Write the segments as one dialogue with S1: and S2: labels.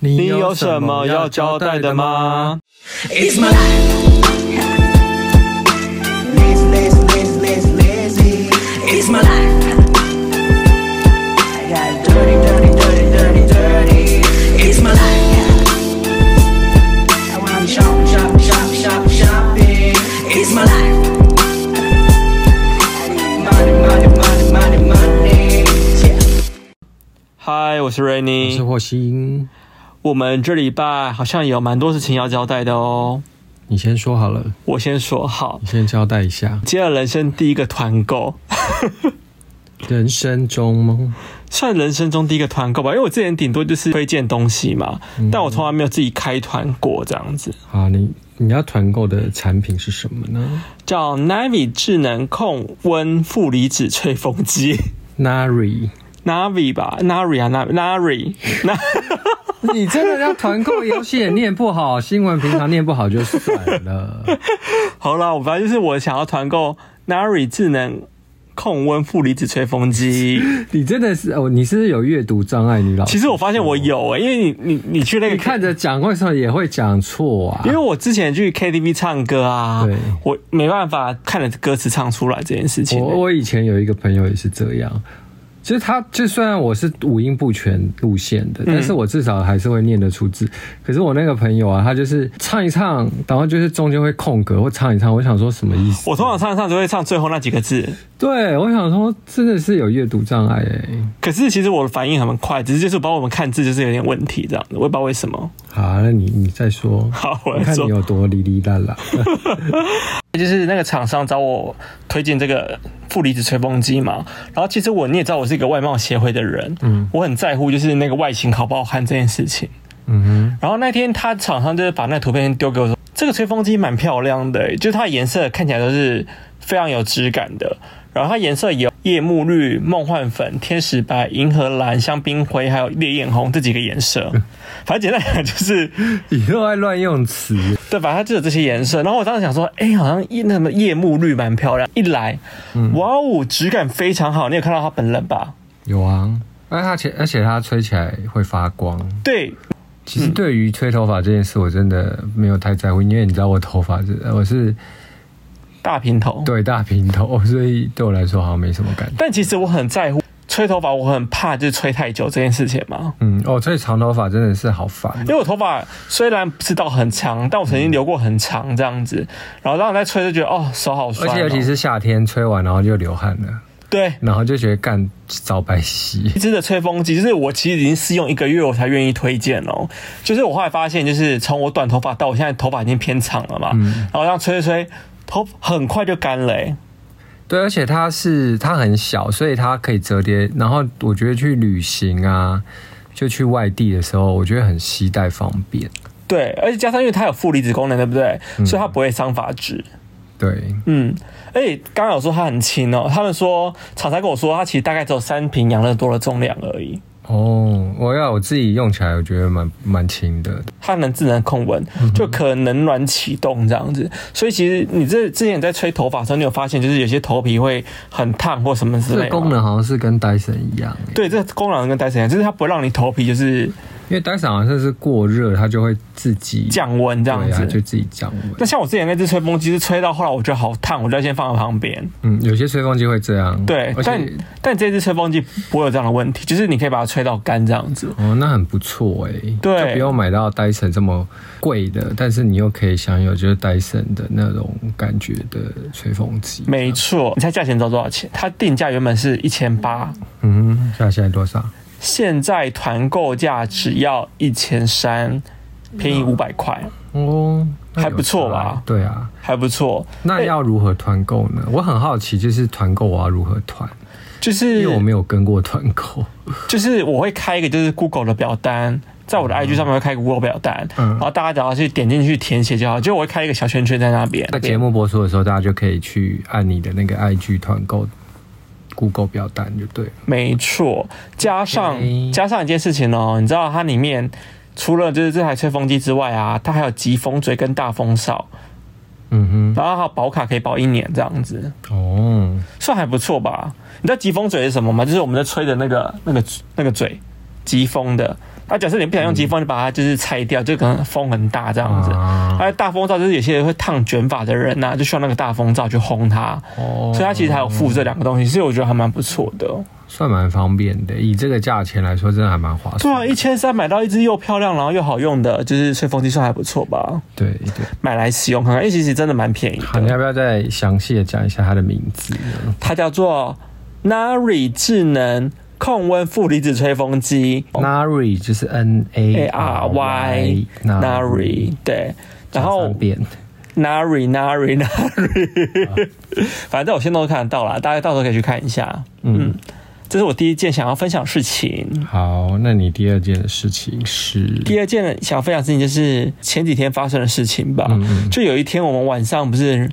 S1: 你
S2: 你有什么要交代的吗？
S3: It's my life. Lazy, lazy, lazy, lazy, lazy. It's my life. I got dirty, dirty, dirty, dirty, dirty. It's my life. I wanna be shopping, shopping, shopping, shopping, shopping. It's my life. I need money, money, money, money, money. Yeah.
S2: 嗨，我是 Rainy，
S1: 我是火星，
S2: 我们这礼拜好像有蛮多事情要交代的哦。
S1: 你先说好了，
S2: 我先说好
S1: 你，先交代一下，
S2: 接了人生第一个团购，
S1: 人生中吗？
S2: 算人生中第一个团购吧，因为我之前顶多就是推荐东西嘛，
S1: 嗯
S2: 但我从来没有自己开团过这样子。
S1: 好，啊你你要团购的产品是什么呢
S2: 叫 Navi 智能控温负离子吹风机
S1: ？Nari，
S2: ，Navi 吧，Navi 啊，Navi，Navi，那
S1: 你真的要团购游戏也念不好，新闻平常念不好就算了。
S2: 好啦，我反正就是我想要团购 Navi 智能控温负离子吹风机。
S1: 你真的是哦，你是不是有阅读障碍？你老
S2: 其实我发现我有欸诶、因为你你你去那个
S1: 你看着讲，为什么也会讲错啊？
S2: 因为我之前去 KTV 唱歌啊
S1: 对，
S2: 我没办法看着歌词唱出来这件事情、欸
S1: 我我以前有一个朋友也是这样，其实他就虽然我是五音不全路线的，但是我至少还是会念得出字。可是我那个朋友啊，他就是唱一唱，然后就是中间会空格或唱一唱，我想说什么意思？
S2: 我通常唱一唱只会唱最后那几个字，
S1: 对我想说真的是有阅读障碍哎、
S2: 可是其实我的反应很快，只是就是把我们看字就是有点问题这样子，我也不知道为什么。
S1: 好，啊那你你再说，
S2: 好，我
S1: 我
S2: 来
S1: 看
S2: 说
S1: 你，有多哩哩啦啦。
S2: 就是那个厂商找我推荐这个负离子吹风机嘛，然后其实我你也知道我是一个外貌协会的人，嗯，我很在乎就是那个外形好不好看这件事情。
S1: 嗯
S2: 然后那天他厂商就是把那图片丢给我说，这个吹风机蛮漂亮的、欸，就是它的颜色看起来都是非常有质感的。然后它颜色有夜幕绿、梦幻粉、天使白、银河蓝、香槟灰，还有烈焰红这几个颜色。反正简单讲就是，
S1: 哼，你都爱乱用词。
S2: 对，反正它就有这些颜色。然后我当时想说，哎、好像夜那么夜幕绿蛮漂亮。一来，哇哦，质感非常好。你有看到他本人吧？
S1: 有啊，而且它且而且它吹起来会发光。
S2: 对，
S1: 其实对于吹头发这件事，我真的没有太在乎，因为你知道我头发是我是
S2: 大平头。
S1: 对大平头，所以对我来说好像没什么感觉。
S2: 但其实我很在乎吹头发，我很怕就是吹太久这件事情嘛。
S1: 嗯，哦，所以长头发真的是好烦哦
S2: 因。为我头发虽然不是到很长，但我曾经留过很长这样子，然后当我在吹就觉得哦手好
S1: 而
S2: 酸、哦，
S1: 且尤其是夏天吹完，然后就流汗了，
S2: 对
S1: 然后就觉得干早白皙
S2: 一。支的吹风机，就是我其实已经试用一个月，我才愿意推荐哦。就是我后来发现，就是从我短头发到我现在头发已经偏长了嘛，
S1: 嗯
S2: 然后这样吹吹吹，头很快就干了、欸。
S1: 对，而且它是它很小，所以它可以折叠。然后我觉得去旅行啊，就去外地的时候，我觉得很携带方便。
S2: 对，而且加上因为它有负离子功能，对不对？
S1: 嗯
S2: 所以它不会伤发质。
S1: 对，
S2: 嗯，而且刚刚有说它很轻哦，他们说厂商跟我说它其实大概只有三瓶养乐多的重量而已。
S1: 哦，我要我自己用起来，我觉得蛮蛮轻的。
S2: 它能自然控温，
S1: 嗯
S2: 就可能暖启动这样子。所以其实你这之前在吹头发的时候，你有发现就是有些头皮会很烫或什么之
S1: 这
S2: 类
S1: 个
S2: 的。
S1: 功，能好像是跟 Dyson 一样、欸，
S2: 对，这个功能跟戴森一样，就是它不会让你头皮就是
S1: 因为 Dyson 好像是过热，它就会自己
S2: 降温这样
S1: 对啊，就
S2: 子。
S1: 自己降
S2: 那
S1: 温。
S2: 像我之前那只吹风机是吹到后来我觉得好烫，我就要先放在旁边。
S1: 嗯，有些吹风机会这样。
S2: 对
S1: 而，
S2: 但
S1: 且
S2: 但这只吹风机不会有这样的问题，就是你可以把它吹到干这样子。
S1: 哦，那很不错哎、
S2: 对
S1: 就不用买到 Dyson 这么贵的，但是你又可以享有就是 Dyson 的那种感觉的吹风机。
S2: 没错，你猜价钱知道多少钱？它定价原本是一千八，
S1: 嗯，那现在多少？
S2: 现在团购价只要一千三，便宜五百块。
S1: 哦，那有
S2: 还不错吧
S1: 差对啊，
S2: 还不错。
S1: 那要如何团购呢？我很好奇，就是团购我要如何团，
S2: 就
S1: 因
S2: 是
S1: 为我没有跟过团购。
S2: 就是我会开一个就是 Google 的表单，在我的 IG 上面会开 Google 表单，
S1: 嗯
S2: 然后大家只要去点进去填写就好。就我会开一个小圈圈在那边。
S1: 在节目播出的时候，大家就可以去按你的那个 IG 团购 Google 表单就对了。
S2: 没错，加上
S1: OK
S2: 加上一件事情哦，你知道它里面除了就是这台吹风机之外啊，它还有疾风嘴跟大风哨，
S1: 嗯
S2: 然后还有保卡可以保一年这样子，
S1: 哼，哦，
S2: 算还不错吧。你知道疾风嘴是什么吗？就是我们在吹的那个那个那个嘴，疾风的。啊，假设你不想用疾风，你把它就是拆掉，就可能风很大这样子。
S1: 啊
S2: 还有大风罩，就是有些人会烫卷发的人呐、啊就需要那个大风罩去烘它，
S1: 哦
S2: 所以它其实还有附这两个东西，所以我觉得还蛮不错的。
S1: 算蛮方便的，以这个价钱来说，真的还蛮划
S2: 对啊，
S1: 算。
S2: 一千三买到一只又漂亮然后又好用的，就是吹风机算还不错吧，
S1: 对对，
S2: 买来使用看看，因为其实真的蛮便宜
S1: 好，你
S2: 的。
S1: 要不要再详细的讲一下它的名字呢？
S2: 它叫做 Nari 智能控温负离子吹风机
S1: Nary 就是 N A R
S2: ARY Nari 对，然后
S1: 变
S2: Nari Nari Nari，反 正我现在都看得到啦，大家到时候可以去看一下。嗯，这是我第一件想要分享的事情。
S1: 好，那你第二件的事情是
S2: 第二件想分享的事情就是前几天发生的事情吧。
S1: 嗯嗯
S2: 就有一天我们晚上不是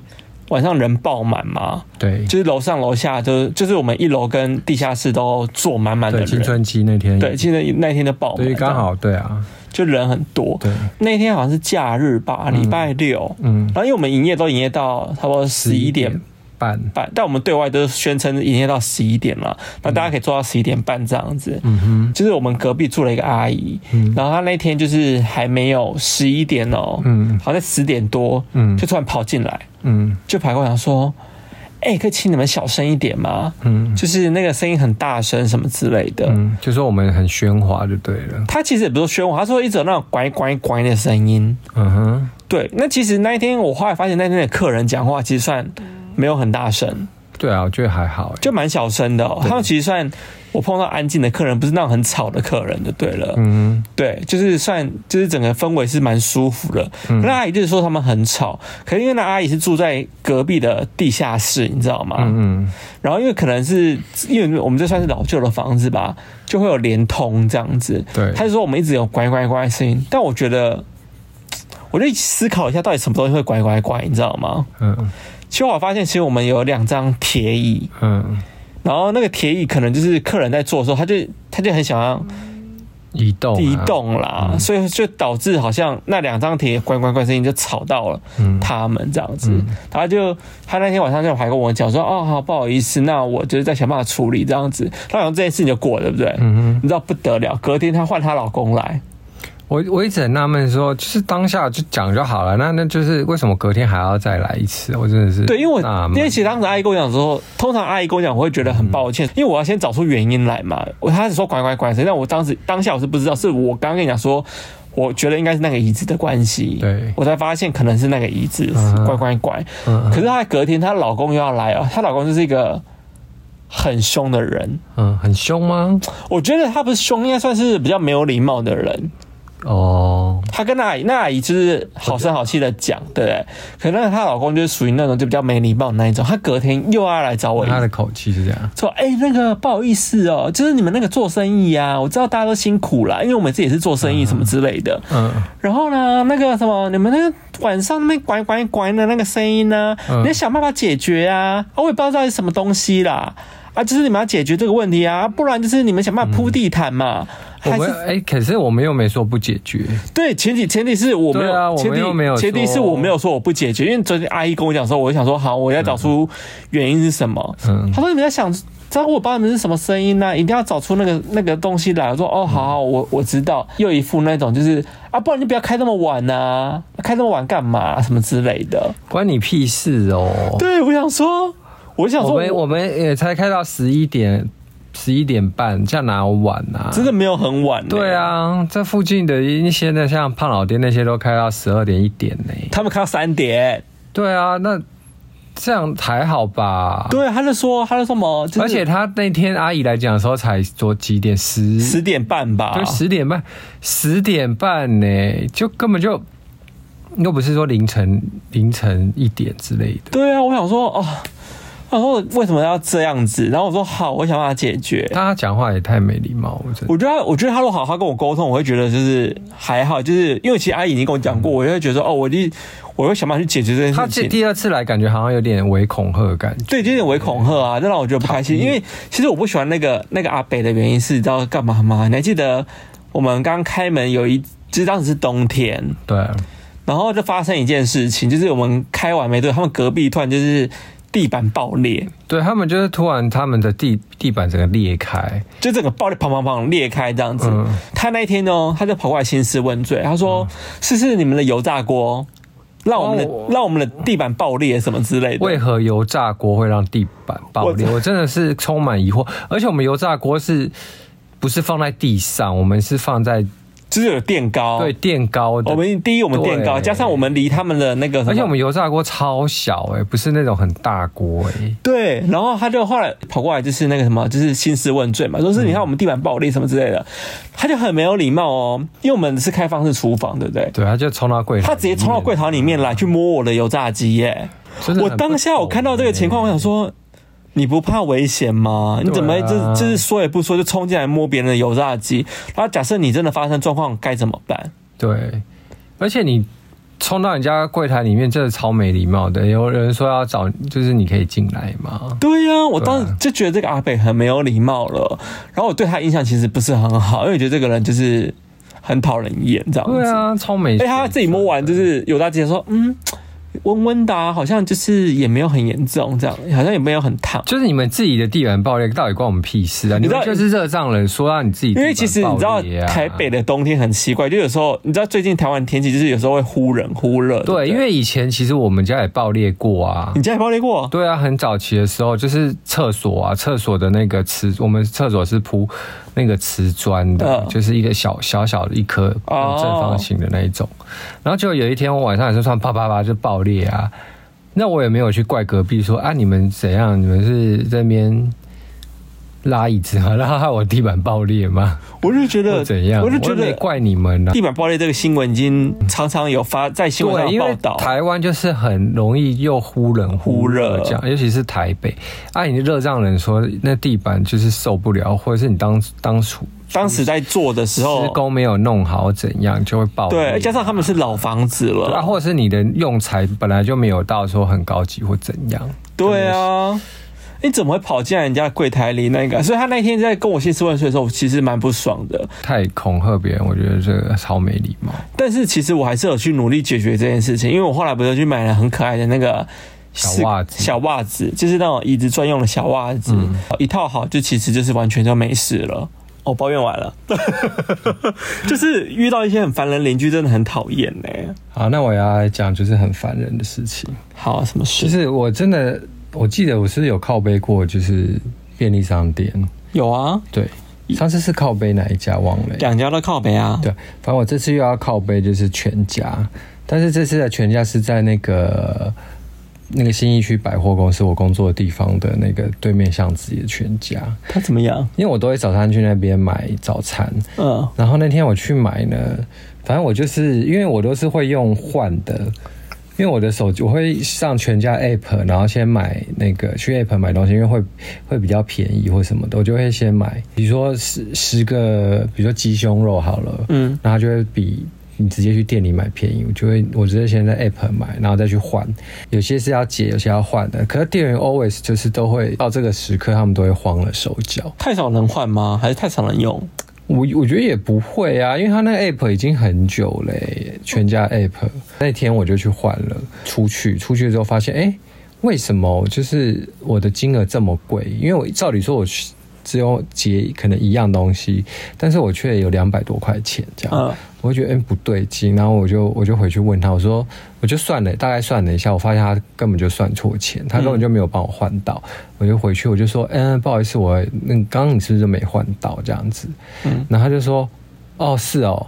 S2: 晚上人爆满嘛，
S1: 对
S2: 就是楼上楼下都就是我们一楼跟地下室都坐满满的
S1: 对
S2: 人。
S1: 青春期那天
S2: 对，记得那天的爆满，
S1: 对刚好对啊
S2: 就人很多。
S1: 对
S2: 那天好像是假日吧，礼拜六。
S1: 嗯
S2: 然后因为我们营业都营业到差不多十一点
S1: 半
S2: 半，但我们对外都宣称营业到十一点了，那大家可以做到十一点半这样子。
S1: 嗯哼
S2: 就是我们隔壁住了一个阿姨，
S1: 嗯
S2: 然后她那天就是还没有十一点哦，
S1: 嗯
S2: 好像十点多，
S1: 嗯
S2: 就突然跑进来，
S1: 嗯
S2: 就跑过来想说：“哎、可以请你们小声一点吗？
S1: 嗯
S2: 就是那个声音很大声什么之类的。
S1: 嗯，就说我们很喧哗就对了，
S2: 她其实也不是说喧哗，她说一直有那种拐拐拐的声音。
S1: 嗯哼，
S2: 对，那其实那一天我后来发现，那天的客人讲话其实算没有很大声，
S1: 对啊，我觉得还好，
S2: 就蛮小声的、哦。他们其实算我碰到安静的客人，不是那种很吵的客人就对了。
S1: 嗯
S2: 对，就是算就是整个氛围是蛮舒服的。
S1: 嗯
S2: 那阿姨就是说他们很吵，可是因为那阿姨是住在隔壁的地下室，你知道吗？
S1: 嗯嗯
S2: 然后因为可能是因为我们这算是老旧的房子吧，就会有连通这样子。
S1: 对
S2: 他就说我们一直有乖乖乖的声音，但我觉得，我就思考一下到底什么东西会乖乖乖，你知道吗？
S1: 嗯
S2: 其实我发现，其实我们有两张铁椅，
S1: 嗯，
S2: 然后那个铁椅可能就是客人在坐的时候，他就他就很想要
S1: 啊移动啊
S2: 移，动啦，所以就导致好像那两张铁乖乖乖声音就吵到了。
S1: 嗯
S2: 他们这样子，他就他那天晚上就还跟我讲说，哦，好不好意思，那我就是在想办法处理这样子。他好像这件事情就过了，对不对？
S1: 嗯
S2: 你知道不得了，隔天她换她老公来，
S1: 哼，我我一直很纳闷说，就是当下就讲就好了，那那就是为什么隔天还要再来一次？我真的是
S2: 对，因为我
S1: 纳闷
S2: 因为其实当时阿姨跟我讲说，通常阿姨跟我讲，我会觉得很抱
S1: 嗯
S2: 歉，因为我要先找出原因来嘛。我她是说管管管谁，但我当时当下我是不知道，是我刚刚跟你讲说。我觉得应该是那个椅子的关系，
S1: 对
S2: 我才发现可能是那个椅子
S1: 嗯
S2: 乖乖乖。
S1: 嗯
S2: 可是她隔天她老公又要来哦，她老公就是一个很凶的人，
S1: 嗯很凶吗？
S2: 我觉得他不是凶，应该算是比较没有礼貌的人。
S1: 哦，
S2: 他跟那阿姨，那阿姨就是好声好气的讲，对不对？可能她老公就是属于那种就比较没礼貌的那一种。她隔天又要来找我，
S1: 他的口气是这样，
S2: 说：“哎、那个不好意思哦，就是你们那个做生意啊，我知道大家都辛苦啦，因为我们自己也是做生意什么之类的。
S1: 嗯
S2: 然后呢，那个什么，你们那个晚上那边拐拐拐的那个声音呢、
S1: 嗯
S2: 你要想办法解决啊！啊，我也不知道到底是什么东西啦，啊，就是你们要解决这个问题啊，不然就是你们想办法铺地毯
S1: 嗯
S2: 嘛，
S1: 我
S2: 还
S1: 们
S2: 是
S1: 哎、可是我们又没说不解决，
S2: 对，前提前提是我没有，
S1: 对啊我们
S2: 前提
S1: 又没有
S2: 前提是
S1: 说
S2: 我没有说我不解决，因为昨天阿姨跟我讲的时候，我就想说好，我要找出原因是什么。
S1: 嗯
S2: 她说你们在想，知道我帮你们是什么声音呢、一定要找出那个那个东西来。我说哦，好好，我我知道。又一副那种就是啊，不然你就不要开那么晚呐、开那么晚干嘛？什么之类的。
S1: 关你屁事哦。
S2: 对，我想说，我就想
S1: 我
S2: 说
S1: 们我们也才开到十一点十一点半，这样哪有晚啊？
S2: 真的没有很晚、欸。
S1: 对，啊，这附近的一些的像胖老爹那些都开到十二点一点呢、
S2: 他们开到三点。
S1: 对啊，那这样还好吧？
S2: 对，他就说他就说什么，就是、
S1: 而且他那天阿姨来讲的时候才说几点十啊
S2: 十点半吧，
S1: 就十点半，十点半呢、就根本就又不是说凌晨凌晨一点之类的。
S2: 对啊，我想说哦，我想说为什么要这样子？然后我说好，我想办法解决。
S1: 他讲话也太没礼貌，我真的。
S2: 我觉得他，我觉得他如果好好跟我沟通，我会觉得就是还好，就是因为其实阿姨已经跟我讲过，我就会觉得说哦，我一我会想办法去解决这件
S1: 他
S2: 事
S1: 这
S2: 情。
S1: 第二次来，感觉好像有点微恐吓的感觉。
S2: 对，就有点微恐吓啊，这让我觉得不开心。因为其实我不喜欢那个那个阿北的原因是，你知道干嘛吗？你还记得我们刚开门有一，就是当时是冬天，
S1: 对，
S2: 然后就发生一件事情，就是我们开完没多久，他们隔壁突然就是地板爆裂，
S1: 对他们就是突然他们的地地板整个裂开，
S2: 就整个爆裂，砰砰砰裂开这样子。
S1: 嗯
S2: 他那一天呢，他就跑过来兴师问罪，他说：“是不是你们的油炸锅让我们的、
S1: 哦
S2: 让我们的地板爆裂什么之类的。”
S1: 为何油炸锅会让地板爆裂？
S2: 我
S1: 我真的是充满疑惑。而且我们油炸锅是不是放在地上？我们是放在
S2: 就是有垫高。
S1: 对，垫高的。
S2: 哦我们第一我们垫高，
S1: 对
S2: 加上我们离他们的那个什么，
S1: 而且我们油炸锅超小哎、不是那种很大锅哎、
S2: 对，然后他就后来跑过来，就是那个什么，就是兴师问罪
S1: 嗯
S2: 嘛，说是你看我们地板爆裂什么之类的，他就很没有礼貌哦，因为我们是开放式厨房，对不对？
S1: 对，他就冲到柜台，
S2: 他直接冲到柜台里面来去摸我的油炸鸡耶！
S1: 真的
S2: 我
S1: 很不懂欸
S2: 当下我看到这个情况，我想说，你不怕危险吗？你怎么
S1: 对啊
S2: 就是就是说也不说就冲进来摸别人的油炸鸡？然后假设你真的发生状况该怎么办？
S1: 对，而且你冲到人家柜台里面，真的超没礼貌的。有人说要找，就是你可以进来吗？
S2: 对呀、我当时
S1: 对啊
S2: 就觉得这个阿北很没有礼貌了，然后我对他印象其实不是很好，因为我觉得这个人就是很讨人厌这样子。
S1: 对啊，超没。
S2: 哎、他自己摸完，就是有大姐说，嗯，温温的、啊，好像就是也没有很严重，这样好像也没有很烫。
S1: 就是你们自己的地板爆裂，到底关我们屁事啊？
S2: 你
S1: 你
S2: 知道
S1: 们就是热胀冷缩，让你自己、
S2: 因为其实你知道台北。的冬天很奇怪，就有时候你知道最近台湾天气就是有时候会忽冷忽热。不
S1: 对，因为以前其实我们家也爆裂过啊
S2: 你。家也爆裂过，
S1: 对啊，很早期的时候，就是厕所啊，厕所的那个瓷，我们厕所是铺那个瓷砖的，
S2: 嗯
S1: 就是一个小小小的一颗
S2: 哦
S1: 正方形的那一种。然后就有一天我晚上也是突然啪啪啪就爆裂啊，那我也没有去怪隔壁说啊你们怎样，你们是这边拉椅子啊，然后害我地板爆裂吗？
S2: 我就觉
S1: 或
S2: 得
S1: 怎样？
S2: 我
S1: 我
S2: 就
S1: 也
S2: 觉
S1: 没
S2: 得
S1: 怪你们啊。
S2: 地板爆裂这个新闻已经常常有发在新闻上
S1: 对，
S2: 有
S1: 因
S2: 报
S1: 为
S2: 道。
S1: 台湾就是很容易又忽冷忽
S2: 忽
S1: 热
S2: 热
S1: 这样，尤其是台北，啊，你热胀冷缩，那地板就是受不了，或者是你当当初
S2: 当时在做的时
S1: 施
S2: 候，
S1: 工没有弄好，怎样就会爆裂。
S2: 对，加上他们是老房子
S1: 对啊，
S2: 了，
S1: 或者是你的用材本来就没有到说很高级或怎样，
S2: 对啊。你怎么会跑进来人家柜台里那个？所以他那天在跟我兴师问罪的时候，我其实蛮不爽的。
S1: 太恐吓别人，我觉得这个超没礼貌。
S2: 但是其实我还是有去努力解决这件事情，因为我后来不是去买了很可爱的那个
S1: 小袜子嗯
S2: 小袜子就是那种椅子专用的小袜子，哦一套好就其实就是完全就没事了。我、抱怨完了， 就是遇到一些很烦人邻居，真的很讨厌呢。
S1: 好，那我要来讲就是很烦人的事情，
S2: 好，什么事？
S1: 就是我真的我记得我是有靠背过，就是便利商店，
S2: 有啊，
S1: 对，上次是靠背哪一家忘了、
S2: 两家都靠北啊。
S1: 对，反正我这次又要靠背就是全家，但是这次的全家是在那个那个新义区百货公司我工作的地方的那个对面巷子里的全家，
S2: 他怎么样？
S1: 因为我都会早餐去那边买早餐，
S2: 嗯，
S1: 然后那天我去买呢，反正我就是因为我都是会用换的。因为我的手机我会上全家 app，然后先买那个去 app 买东西，因为会会比较便宜或什么的，我就会先买，比如说十十个，比如说鸡胸肉好了，
S2: 嗯
S1: 然后就会比你直接去店里买便宜，我就会我直接先在 app 买，然后再去换。有些是要解，有些要换的，可是店员 always 就是都会到这个时刻，他们都会慌了手脚。
S2: 太少人换吗？还是太少人用？
S1: 我我觉得也不会啊，因为他那个 app 已经很久嘞、全家 app。那天我就去换了，出去出去之后发现，哎、为什么就是我的金额这么贵？因为我照理说我是只有结可能一样东西，但是我却有两百多块钱这样。
S2: 嗯
S1: 我就觉得嗯不对劲，然后我就我就回去问他，我说我就算了，大概算了一下，我发现他根本就算错钱，
S2: 嗯
S1: 他根本就没有帮我换到，我就回去我就说，嗯，不好意思，我那刚刚你是不是没换到这样子？
S2: 嗯
S1: 然后他就说，哦，是哦。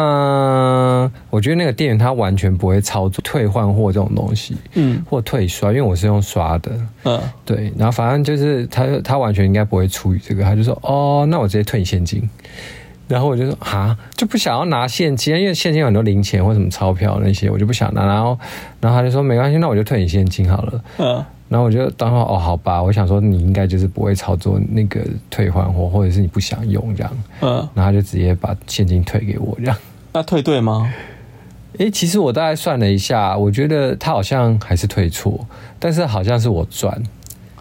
S1: 那我觉得那个店员他完全不会操作退换货这种东西，
S2: 嗯
S1: 或退刷，因为我是用刷的，
S2: 嗯，
S1: 对。然后反正就是他他完全应该不会处理这个，他就说哦，那我直接退你现金。然后我就说啊，就不想要拿现金，因为现金有很多零钱或什么钞票那些，我就不想拿。然后然后他就说没关系，那我就退你现金好了。
S2: 嗯
S1: 然后我就当时哦，好吧，我想说你应该就是不会操作那个退换货，或者是你不想用这样。
S2: 嗯，
S1: 然后他就直接把现金退给我这样。
S2: 那退队吗？
S1: 诶、其实我大概算了一下，我觉得他好像还是退错，但是好像是我赚。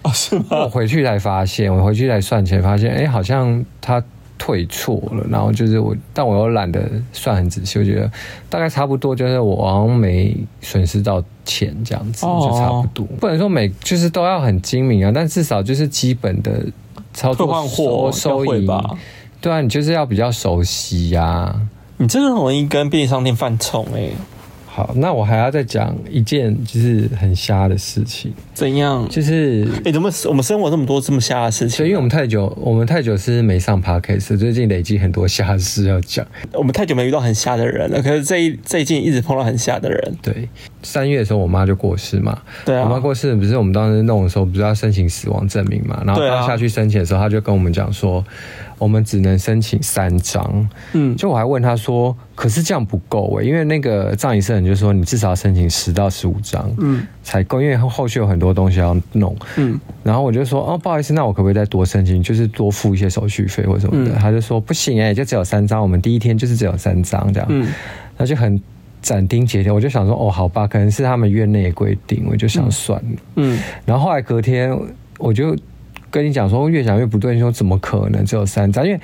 S2: 哦，是吗？
S1: 哎我回去才发现，我回去才算钱，发现诶，好像他退错了，然后就是我，但我又懒得算很仔细，我觉得大概差不多，就是我好像没损失到钱这样子，
S2: 哦
S1: 就差不多。不能说每就是都要很精明啊，但至少就是基本的操
S2: 退
S1: 作
S2: 换货
S1: 收
S2: 要
S1: 收
S2: 会
S1: 银
S2: 吧，
S1: 对啊，你就是要比较熟悉啊呀、
S2: 你这个容易跟便利商店犯冲哎、
S1: 好，那我还要再讲一件就是很瞎的事情，
S2: 怎样？哎、
S1: 就是
S2: 怎么我们生活这么多这么瞎的事情？啊
S1: 所以因为我们太久，我们太久是没上 podcast，最近累积很多瞎事要讲。
S2: 我们太久没遇到很瞎的人了，可是这一最近一直碰到很瞎的人。
S1: 对，三月的时候我妈就过世嘛，
S2: 对啊
S1: 我妈过世不是我们当时弄的时候，不是要申请死亡证明嘛？然后
S2: 对啊
S1: 她下去申请的时候，她就跟我们讲说，我们只能申请三张。
S2: 嗯，
S1: 就我还问她说，可是这样不够欸诶、因为那个葬仪社人就说你至少要申请十到十五张，
S2: 嗯
S1: 才够，因为后续有很多东西要弄。
S2: 嗯，
S1: 然后我就说，哦，不好意思，那我可不可以再多申请，就是多付一些手续费或什么的？
S2: 嗯
S1: 他就说不行哎、就只有三张，我们第一天就是只有三张这样，
S2: 嗯
S1: 那就很斩钉截铁。我就想说，哦，好吧，可能是他们院内的规定，我就想算了。
S2: 嗯，
S1: 然后后来隔天我就跟你讲说，越想越不对，你说怎么可能只有三张？因为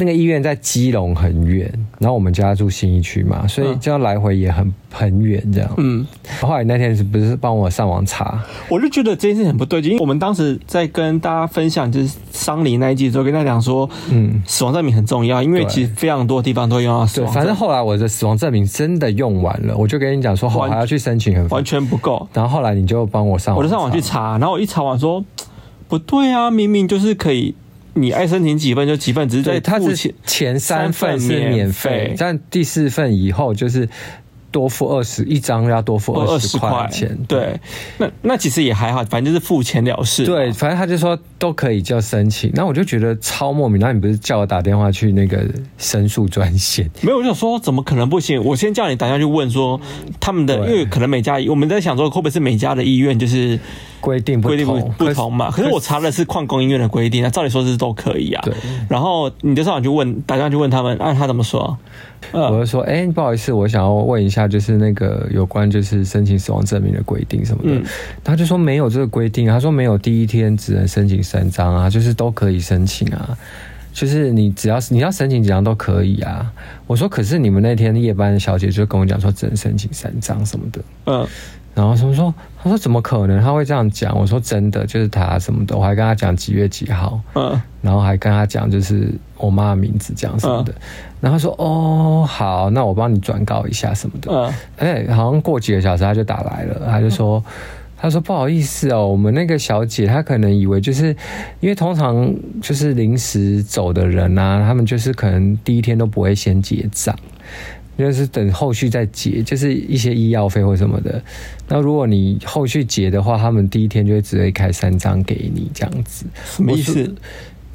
S1: 那个医院在基隆很远，然后我们家住新一区嘛，所以
S2: 嗯
S1: 这样来回也很很远这样。
S2: 嗯，
S1: 后来那天是不是帮我上网查？
S2: 我就觉得这件事情很不对劲，因为我们当时在跟大家分享就是丧礼那一集的时候，跟大家讲说，
S1: 嗯，
S2: 死亡证明很重要，因为
S1: 对
S2: 其实非常多地方都会用到死
S1: 对，
S2: 亡证
S1: 反正后来我的死亡证明真的用完了，我就跟你讲说，好，
S2: 完
S1: 还要去申请很烦
S2: 完。全不够。
S1: 然后后来你就帮我上
S2: 我
S1: 网，
S2: 就上网去。查，然后我一查完说，不对啊，明明就是可以，你爱申请几份就几份，只是在
S1: 对，它
S2: 付
S1: 是
S2: 钱。
S1: 前三份
S2: 三份
S1: 是
S2: 免
S1: 免
S2: 费
S1: 费，但第四份以后就是多付二十一张，要多付
S2: 或二
S1: 二
S2: 十
S1: 十
S2: 块
S1: 块钱。
S2: 对，那那其实也还好，反正就是付钱了事。
S1: 对，，反正他就说都可以叫申请，那我就觉得超莫名。那你不是叫我打电话去那个申诉专线？
S2: 没有，我想说怎么可能不行？我先叫你打电话去问说他们的，因
S1: 对
S2: 为可能每家我们在想说会不会是每家的医院就是
S1: 规定不
S2: 规定不
S1: 同，
S2: 不同嘛？可是我查的是矿工医院的规定啊，照理说是都可以啊。
S1: 对。
S2: 然后你就上网去问，打电话去问他们，啊按、他怎么说？
S1: 我
S2: 呃，
S1: 就说，哎、不好意思，我想要问一下，就是那个有关就是申请死亡证明的规定什么的。
S2: 嗯
S1: 他就说没有这个规定啊，他说没有第一天只能申请三张啊，就是都可以申请啊，就是你只要你要申请几张都可以啊。我说，可是你们那天夜班的小姐就跟我讲说，只能申请三张什么的。
S2: 嗯、呃，
S1: 然后什么说，他说怎么可能他会这样讲？我说真的，就是他什么的，我还跟他讲几月几号。
S2: 嗯、
S1: 然后还跟他讲就是我妈的名字这样什么的，然后他说哦好，那我帮你转告一下什么的，
S2: 嗯
S1: 哎、好像过几个小时他就打来了，他就说。他说：“不好意思哦，我们那个小姐她可能以为就是，因为通常就是临时走的人啊，他们就是可能第一天都不会先结账，就是等后续再结，就是一些医药费或什么的。那如果你后续结的话，他们第一天就会只会开三张给你这样子。
S2: 什么
S1: 我
S2: 意思
S1: 是？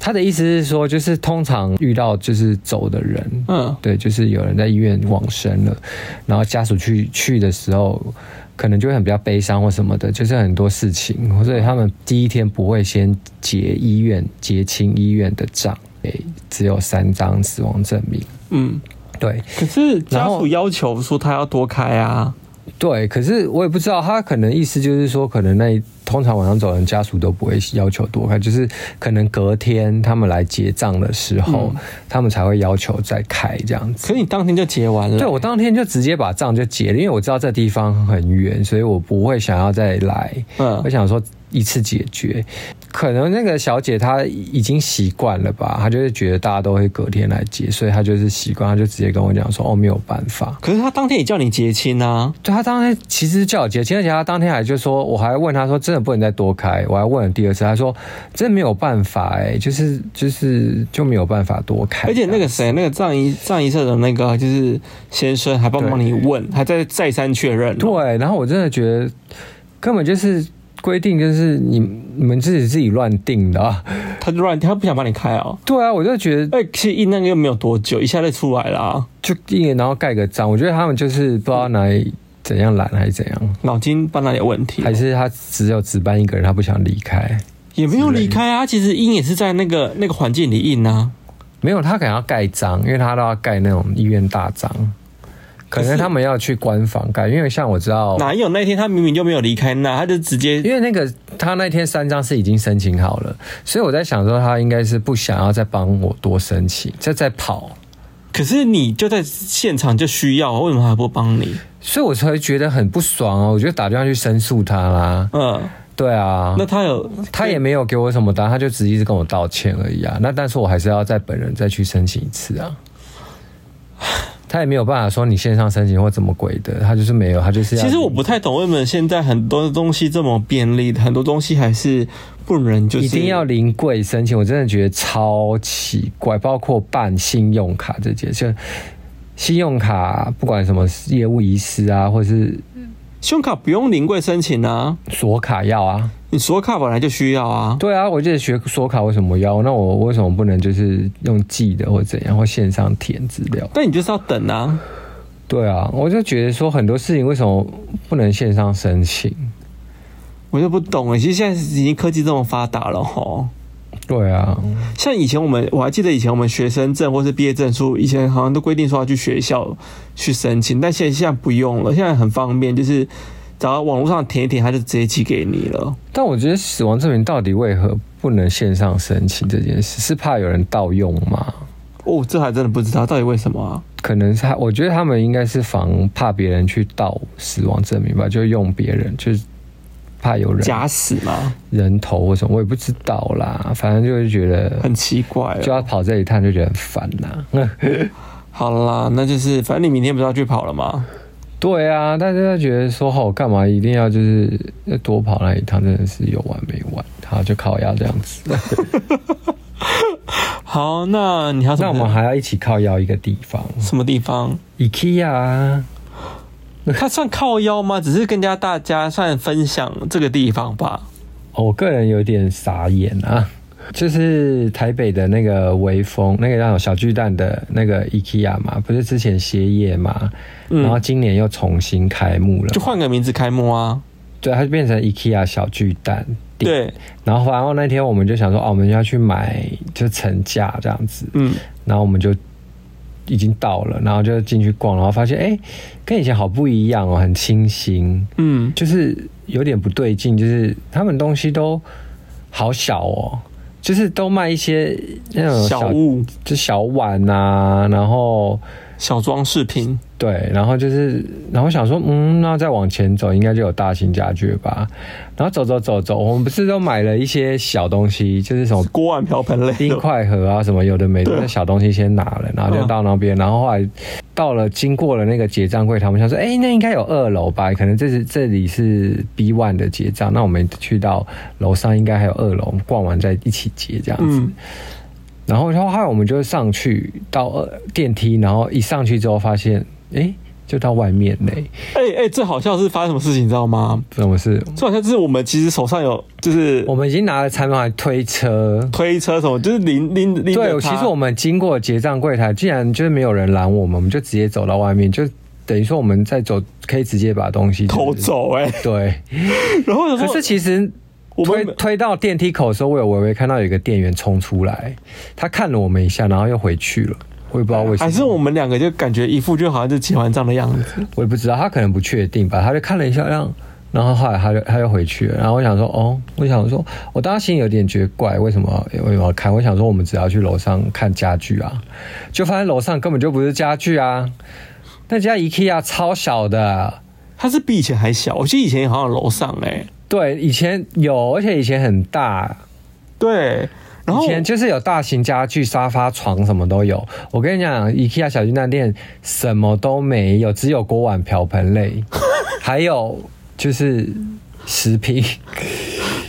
S1: 他的意思是说，就是通常遇到就是走的人，
S2: 嗯
S1: 啊对，就是有人在医院往生了，然后家属去去的时候，可能就会很比较悲伤或什么的，就是很多事情，所以他们第一天不会先结医院结清医院的账，诶，只有三张死亡证明，
S2: 嗯。
S1: 对
S2: 可是家
S1: 然后
S2: 属要求说他要多开啊，
S1: 对，可是我也不知道，他可能意思就是说，可能那一通常晚上走的人家属都不会要求多开，就是可能隔天他们来结账的时候，他们才会要求再开这样子。
S2: 可是你当天就结完了。
S1: 对我当天就直接把账就结了，因为我知道这地方很远，所以我不会想要再来。
S2: 嗯
S1: 我想说一次解决，可能那个小姐她已经习惯了吧，她就是觉得大家都会隔天来结，所以她就是习惯，她就直接跟我讲说哦没有办法。
S2: 可是他当天也叫你结清啊，
S1: 对她当天其实叫我结清，而且她当天还就说，我还问她说真的不能再多开，我还问了第二次，她说真没有办法哎、就是就是就没有办法多开，
S2: 而且那个谁，那个藏医藏医社的那个就是先生还帮
S1: 对
S2: 帮你问，还在再三确认、哦。
S1: 对，然后我真的觉得根本就是规定，就是你你们自己自己乱定的啊。
S2: 他就乱，他不想帮你开哦。
S1: 对啊，我就觉得
S2: 哎，其实印那个又没有多久，一下就出来了、啊，
S1: 就印，然后盖个章，我觉得他们就是不知道哪里怎样懒还是怎样，
S2: 脑筋办哪里有问题？
S1: 还是他只有值班一个人，他不想离开。
S2: 也没有离开啊？其实印也是在那个那个环境里印啊。
S1: 没有，他可能要盖章，因为他都要盖那种医院大章。可能他们要去官方改，因为像我知道，
S2: 哪有那一天他明明就没有离开那，他就直接
S1: 哦因为那个他那天三张是已经申请好了，所以我在想说他应该是不想要再帮我多申请，再再跑，
S2: 可是你就在现场就需要，啊为什么还不帮你？
S1: 所以我才会觉得很不爽哦。我就打电话去申诉他啦，
S2: 嗯，
S1: 对啊，
S2: 那他有
S1: 他也没有给我什么答案，他就只一直跟我道歉而已啊。那但是我还是要再本人再去申请一次啊。他也没有办法说你线上申请或怎么鬼的，他就是没有，他就是要。
S2: 其实我不太懂为什么现在很多东西这么便利，很多东西还是不能就是
S1: 一定要临柜申请，我真的觉得超奇怪。包括办信用卡这件事，信用卡不管什么业务遗失啊，或是
S2: 信用卡不用临柜申请啊，
S1: 锁卡要啊，
S2: 你锁卡本来就需要啊。
S1: 对啊，我记得学锁卡为什么要？那我为什么不能就是用寄的或怎样，或线上填资料？
S2: 但你就是要等啊，
S1: 对啊，我就觉得说很多事情为什么不能线上申请？
S2: 我就不懂啊了。其实现在已经科技这么发达了吼，
S1: 对啊，
S2: 像以前我们我还记得以前我们学生证或是毕业证书，以前好像都规定说要去学校去申请，但现在现在不用了，现在很方便，就是只要网络上填一填，他就直接寄给你了。
S1: 但我觉得死亡证明到底为何不能线上申请这件事，是怕有人盗用吗？
S2: 哦，这还真的不知道到底为什么啊？
S1: 可能是他，我觉得他们应该是防怕别人去盗死亡证明吧，就用别人，就是怕有人
S2: 假死吗？
S1: 人头或什么，我也不知道啦。反正就是觉 得
S2: 很奇怪
S1: 就
S2: 哦。
S1: 要跑这一趟，就觉得很烦啦。
S2: 好啦，那就是反正你明天不是要去跑了吗？
S1: 对啊，但是他觉得说哦，干嘛一定要就是要多跑那一趟，真的是有完没完，好就靠腰这样子。
S2: 好，那你还有什
S1: 那
S2: 么
S1: 我们还要一起靠腰一个地方
S2: 什么地方？
S1: ，IKEA 啊。
S2: 他算靠腰吗？只是跟家大家算分享这个地方吧。
S1: 我个人有点傻眼啊，就是台北的那个微风，那个叫什么小巨蛋的那个 IKEA 嘛，不是之前歇业嘛，然后今年又重新开幕了
S2: 就
S1: 嘛，
S2: 换个名字开幕啊。
S1: 对，它就变成 IKEA 小巨蛋店。
S2: 对，
S1: 然后然后那天我们就想说，哦，我们要去买就成价这样子，
S2: 嗯，
S1: 然后我们就已经到了，然后就进去逛，然后发现哎，跟以前好不一样哦，很清新，
S2: 嗯，
S1: 就是有点不对劲，就是他们东西都好小哦，就是都卖一些那种
S2: 小物、
S1: 就小碗啊，然后
S2: 小装饰品，
S1: 对，然后就是，然后想说，嗯，那再往前走应该就有大型家具了吧，然后走走走走，我们不是都买了一些小东西，就是什么
S2: 锅碗瓢盆类
S1: 冰
S2: 的。
S1: 块盒啊，什么有的没的，那小东西先拿了，然后就到那边，然后后来到了经过了那个结账柜，他们想说，哎、那应该有二楼吧？可能这是这里是 B one 的结账，那我们去到楼上应该还有二楼，我们逛完再一起结这样子。
S2: 嗯，
S1: 然后后来我们就上去到二电梯，然后一上去之后发现，哎、就到外面嘞、
S2: 哎、哎、最好笑的是发生什么事情，你知道吗？
S1: 怎么是？
S2: 最好笑就是我们其实手上有就是
S1: 我们已经拿了餐盘来推车，
S2: 推车什么，就是拎拎拎着
S1: 对，
S2: 它
S1: 其实我们经过结账柜台，竟然就是没有人拦我们，我们就直接走到外面，就等于说我们再走可以直接把东西就是
S2: 偷。走哎、
S1: 对，
S2: 然后我
S1: 可
S2: 想
S1: 是
S2: 说
S1: 其实
S2: 我
S1: 推
S2: 们
S1: 推到电梯口的时候，我有微微看到有一个店员冲出来，他看了我们一下，然后又回去了。我也不知道为什么，
S2: 还是我们两个就感觉一副就好像就结完账的样子，
S1: 我也不知道，他可能不确定吧，他就看了一下，让然后后来他就他就回去了。然后我想说，哦，我想说，我当时心里有点觉得怪，为什么为什么要看？我想说，我们只要去楼上看家具啊，就发现楼上根本就不是家具啊，那家 IKEA 超小的。
S2: 它是比以前还小。我记得以前好像有楼上哎、
S1: 对，以前有，而且以前很大，
S2: 对，然后
S1: 以前就是有大型家具、沙发、床什么都有。我跟你讲，IKEA 小巨蛋店什么都没有，只有锅碗瓢盆 类，还有就是食品。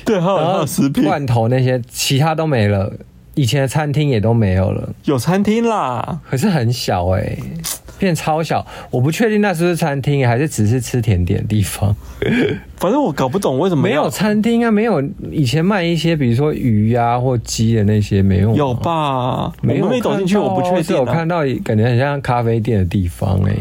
S2: 对，还有
S1: 然
S2: 还
S1: 后
S2: 有啊食品，
S1: 罐头那些，其他都没了，以前的餐厅也都没有了，
S2: 有餐厅啦。
S1: 可是很小哎、变超小，我不确定那是不是餐厅，欸还是只是吃甜点的地方。
S2: 反正我搞不懂为什么
S1: 没
S2: 要
S1: 有餐厅啊，没有以前卖一些，比如说鱼啊或鸡的那些，没有啊吗
S2: 有？吧？
S1: 没有
S2: 我们没走进去，
S1: 看到
S2: 我
S1: 啊
S2: 不确
S1: 是
S2: 定、
S1: 有
S2: 啊
S1: 看。到感觉很像咖啡店的地方哎、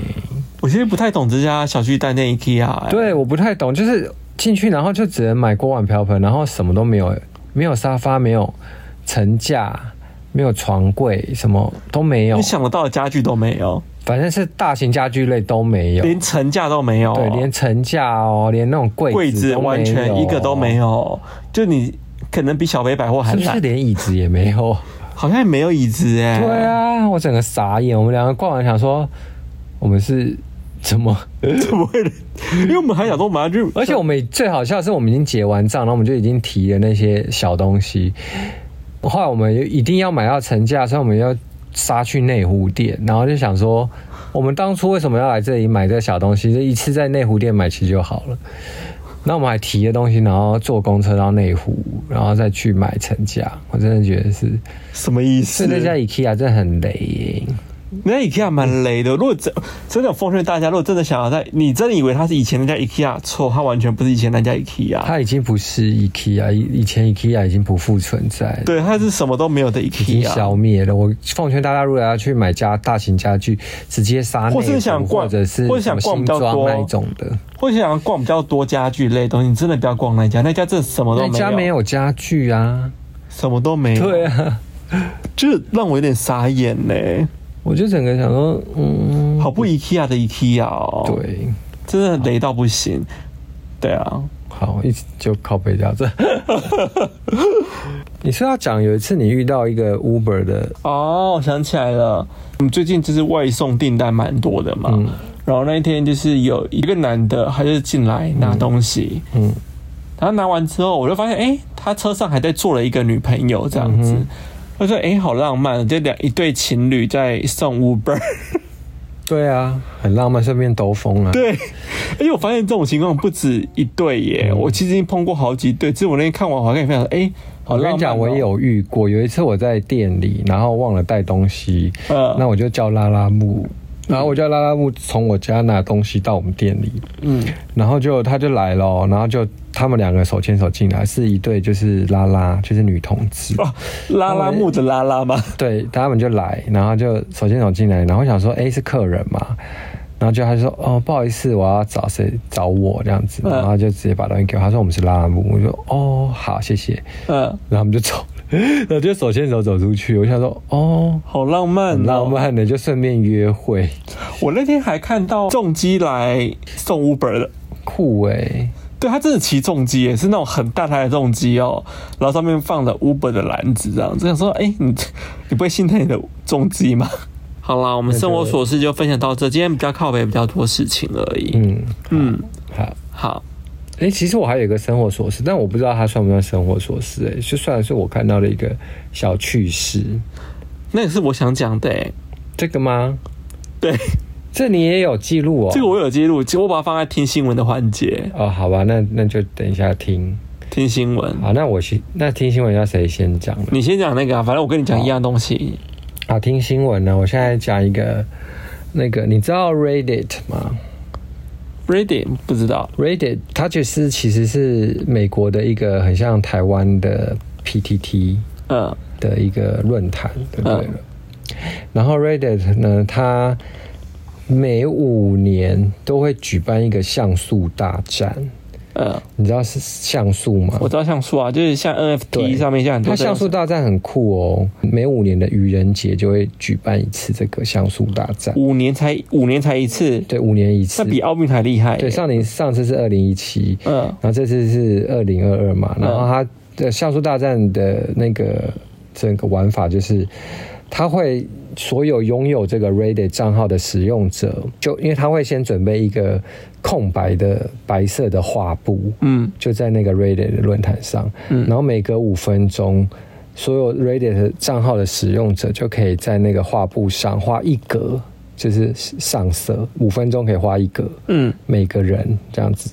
S2: 我其实不太懂这家小巨蛋店 IKEA、欸。，
S1: 对，我不太懂，就是进去然后就只能买锅碗瓢盆，然后什么都没有，没有沙发，没有层架，没有床柜，什么都没有。
S2: 你想得到的家具都没有。
S1: 反正是大型家具类都没有，
S2: 连层架都没有，
S1: 对，连层架哦，连那种柜
S2: 柜子
S1: 都没有
S2: 完全一个都没，有，就你可能比小北百货还
S1: 是不
S2: 烂
S1: 是，连椅子也没有？
S2: 好像也没有椅子哎、
S1: 对，啊，我整个傻眼。我们两个逛完想说，我们是怎么？
S2: 怎么会？因为我们还想说我们要去，
S1: 而且我们最好笑的是，我们已经结完账，然后我们就已经提了那些小东西。后来我们一定要买到成价，所以我们要杀去内湖店，然后就想说，我们当初为什么要来这里买这小东西？就一次在内湖店买齐就好了。那我们还提了东西，然后坐公车到内湖，然后再去买成价。我真的觉得是，
S2: 什么意
S1: 所
S2: 思？
S1: 以那家 IKEA 真的很雷耶。
S2: 那 IKEA 蛮雷的。如果真真的奉劝大家，如果真的想要在，你真的以为它是以前那家 IKEA，错，它完全不是以前那家 IKEA。
S1: 它已经不是 IKEA，以以前 IKEA 已经不复存在了。
S2: 对，它是什么都没有的
S1: 已经
S2: IKEA。
S1: 消灭了。我奉劝大家，如果要去买家大型家具，直接杀内
S2: 或是想
S1: 湖，
S2: 逛
S1: 或者是
S2: 或是想
S1: 什么
S2: 逛
S1: 新
S2: 比较
S1: 装
S2: 多
S1: 那一种的。
S2: 或者想要逛比较多家具类的东西，你真的不要逛那家，那家真的什么都
S1: 那
S2: 没有，
S1: 家没有家具啊？
S2: 什么都没有，
S1: 对，啊，
S2: 就是让我有点傻眼呢、
S1: 我就整个想说，嗯，
S2: 好不 IKEA 的 IKEA 哦，，
S1: 对，
S2: 真的雷到不行。对啊，
S1: 好，一直就靠背掉这。 你是要讲有一次你遇到一个 Uber 的，
S2: 哦，我想起来了，我们最近就是外送订单蛮多的嘛。
S1: 嗯
S2: 然后那一天就是有一个男的，他就进来拿东西，
S1: 嗯
S2: 然后拿完之后，我就发现，哎、他车上还在坐了一个女朋友这样子。
S1: 嗯哼
S2: 我说，哎、好浪漫，这两一对情侣在 送 Uber。
S1: 对啊，很浪漫，顺便兜风啊。
S2: 对，而且我发现这种情况不止一对耶，
S1: 嗯
S2: 我其实已经碰过好几对。只是我那天看完，我还跟你分享说，哎、好
S1: 我
S2: 浪漫、
S1: 跟你讲，我也。有遇过。有一次我在店里，然后忘了带东西，
S2: 嗯
S1: 那我就叫拉拉木，然后我叫拉拉木从我家拿东西到我们店里，
S2: 嗯，
S1: 然后就他就来了哦，然后就他们两个手牵手进来，是一对就是拉拉，就是女同志，
S2: 哦，拉拉木的拉拉吗？
S1: 对，他们就来，然后就手牵手进来，然后我想说，哎，是客人嘛？然后就他就说，哦，不好意思，我要找谁找我这样子，
S2: 嗯
S1: 然后他就直接把东西给我，他说我们是拉拉木，我就哦好，谢谢，
S2: 嗯，
S1: 然后我们就走 了，然后就手牵手走出去，我想说，哦，
S2: 好浪漫、
S1: 很浪。漫的，就顺便约会，
S2: 我那天还看到重机来送 Uber 的，
S1: 酷哎、
S2: 对他真的骑重机耶，是那种很大台的重机哦，然后上面放了 Uber 的篮子这样子，想说，哎、你你不会心疼你的重机吗？好啦，我们生活琐事就分享到这，今天比较靠北比较多事情而已。
S1: 嗯，
S2: 嗯，
S1: 好。
S2: 好，
S1: 哎、其实我还有一个生活琐事，但我不知道它算不算生活琐事、哎，就算是我看到的一个小趣事，
S2: 那个是我想讲的、哎，
S1: 这个吗？
S2: 对，
S1: 这你也有记录哦。
S2: 这个我有记录，我把它放在听新闻的环节，
S1: 哦，好吧，那那就等一下听。
S2: 听新闻。
S1: 好，那我先那听新闻要谁先讲呢？
S2: 你先讲那个、啊，反正我跟你讲一样东西。
S1: 啊，听新闻呢，我现在讲一个那个，你知道 Reddit 吗
S2: Ready 不知道，
S1: ？Reddit 它就是其实是美国的一个很像台湾的 PTT，
S2: 嗯
S1: 的一个论坛，对不对
S2: 嗯
S1: 然后 Reddit 呢，它每五年都会举办一个像素大战，
S2: 嗯。
S1: 你知道是像素吗
S2: 我？知道像素啊，就是像 NFT
S1: 对
S2: 上面像很多
S1: 它像素大战很酷哦，每五年的愚人节就会举办一次这个像素大战，
S2: 五年才五年才一次，
S1: 对，五年一
S2: 那
S1: 次。
S2: 比奥运还厉害耶。
S1: 对，上年上次是二零一七，
S2: 嗯
S1: 然后这次是二零二二嘛，然后它的像素大战的那个整个玩法就是，它会所有拥有这个 Reddit 账号的使用者，就因为它会先准备一个空白的白色的画布，
S2: 嗯
S1: 就在那个 Reddit 的论坛上，
S2: 嗯
S1: 然后每隔五分钟。所有 Reddit 的账号的使用者就可以在那个画布上画一格，就是上色，五分钟可以画一格。
S2: 嗯
S1: 每个人这样子。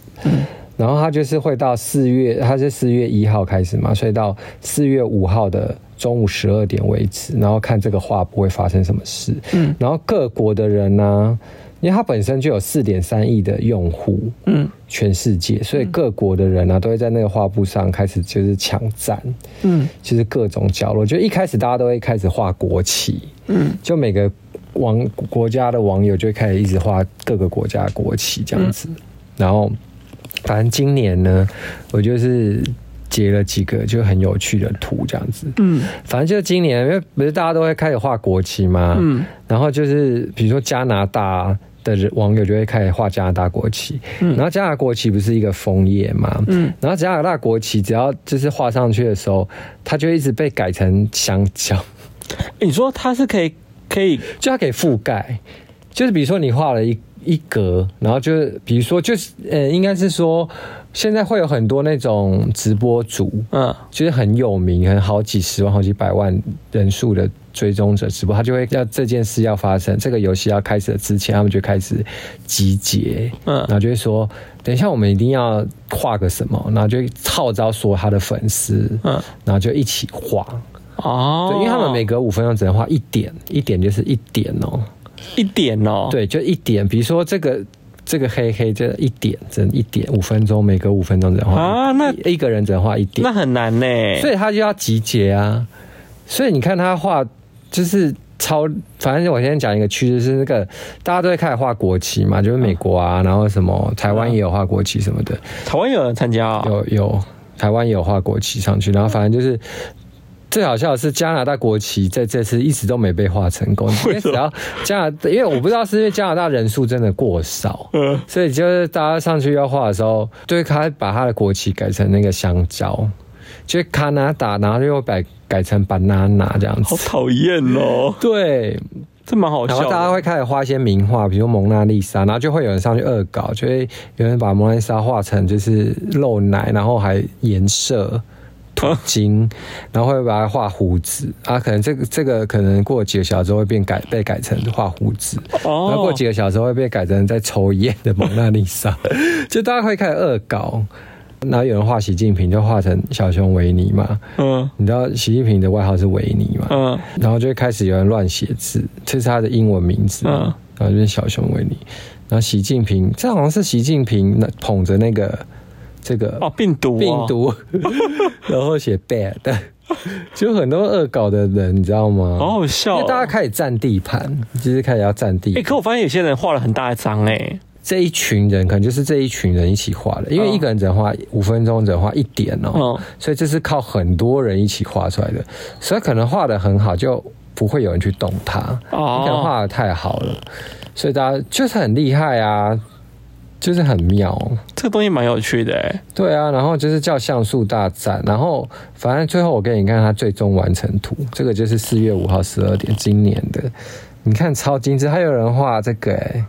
S1: 然后他就是会到四月，他是四月一号开始嘛，所以到四月五号的中午十二点为止，然后看这个画布会发生什么事。
S2: 嗯
S1: 然后各国的人呢、因为它本身就有四点三亿的用户，
S2: 嗯
S1: 全世界，所以各国的人呢、啊都会在那个画布上开始就是抢占，
S2: 嗯
S1: 就是各种角落。就一开始大家都会开始画国旗，
S2: 嗯
S1: 就每个网国家的网友就会开始一直画各个国家的
S2: 嗯
S1: 国旗这样子，然后反正今年呢，我就是截了几个就很有趣的图，这样子。
S2: 嗯
S1: 反正就是今年，因为不是大家都会开始画国旗嘛，
S2: 嗯
S1: 然后就是比如说加拿大的人网友就会开始画加拿大国旗，
S2: 嗯
S1: 然后加拿大国旗不是一个枫叶嘛，
S2: 嗯，
S1: 然后加拿大国旗只要就是画上去的时候，它就一直被改成香蕉，
S2: 你说它是可以可以
S1: 就它可以覆盖，就是比如说你画了一一格，然后就是比如说就是呃，应该是说现在会有很多那种直播主，
S2: 嗯
S1: 就是很有名，可能好几十万、好几百万人数的追踪者直播，他就会要这件事要发生，这个游戏要开始之前，他们就开始集结，
S2: 嗯
S1: 然后就会说，等一下我们一定要画个什么，然后就号召所有他的粉丝，
S2: 嗯
S1: 然后就一起画，
S2: 哦，
S1: 对，因为他们每隔五分钟只能画一点，一点就是一点哦、
S2: 一点哦，，
S1: 对，就一点，比如说这个。这个黑黑这一点，只能一点五分钟，每隔五分钟只能画
S2: 啊那
S1: 一一个人只能画一点，
S2: 那很难呢。
S1: 所以他就要集结啊。所以你看他画，就是超，反正我先讲一个趋势是那个大家都会开始画国旗嘛，就是美国
S2: 嗯
S1: 啊，然后什么台湾也有画国旗什么的，
S2: 台湾有人参加哦，
S1: 有有台湾也有画国旗上去，然后反正就是。
S2: 嗯
S1: 最好笑的是，加拿大国旗在这次一直都没被画成功。因为只要加拿大，因为我不知道是因为加拿大人数真的过少，
S2: 嗯
S1: 所以就是大家上去要画的时候，对他把他的国旗改成那个香蕉，就是加拿大，然后又改改成 banana 这样
S2: 好
S1: 子。
S2: 讨厌 哦，
S1: 对，
S2: 这蛮好
S1: 然后
S2: 笑
S1: 大家
S2: 的。
S1: 会开始画一些名画，比如蒙娜丽莎，然后就会有人上去恶搞，就会有人把蒙娜丽莎画成就是露奶，然后还颜色。
S2: 啊
S1: 土金，然后会把它画胡子啊，可能这个这个可能过几个小时之后会变改被改成画胡子，然后过
S2: 哦，
S1: 几个小时会被改成在抽烟的蒙娜丽 莎，就大家会开始恶搞。然后有人画习近平，就画成小熊维尼嘛。
S2: 嗯
S1: 你知道习近平的外号是维尼嘛？
S2: 嗯
S1: 然后就会开始有人乱写字，这是他的英文名字，
S2: 嗯
S1: 然后就是小熊维尼。然后习近平，这好像是习近平那捧着那个这个
S2: 哦，病毒哦
S1: 病，毒， 然后写 bad，就很多恶搞的人，你知道吗？
S2: 好好笑
S1: 因为大家
S2: 哦。
S1: 开始占地盘，就是开始要占地
S2: 哎，
S1: 盘。
S2: 可我发现有些人画了很大的张哎，
S1: 这一群人可能就是这一群人一起画的，因为
S2: 哦
S1: 一个人只能画五分钟，只能画一点哦，
S2: 嗯
S1: 所以这是靠很多人一起画出来的，所以可能画的很好，就不会有人去动它。你可能
S2: 哦，
S1: 画的太好了，所以大家就是很厉害啊，就是很妙。
S2: 这个东西蛮有趣的哎，
S1: 对啊，然后就是叫像素大战，然后反正最后我给你看它最终完成图，这个就是四月五号十二点今年的，你看超精致，还有人画这个哎、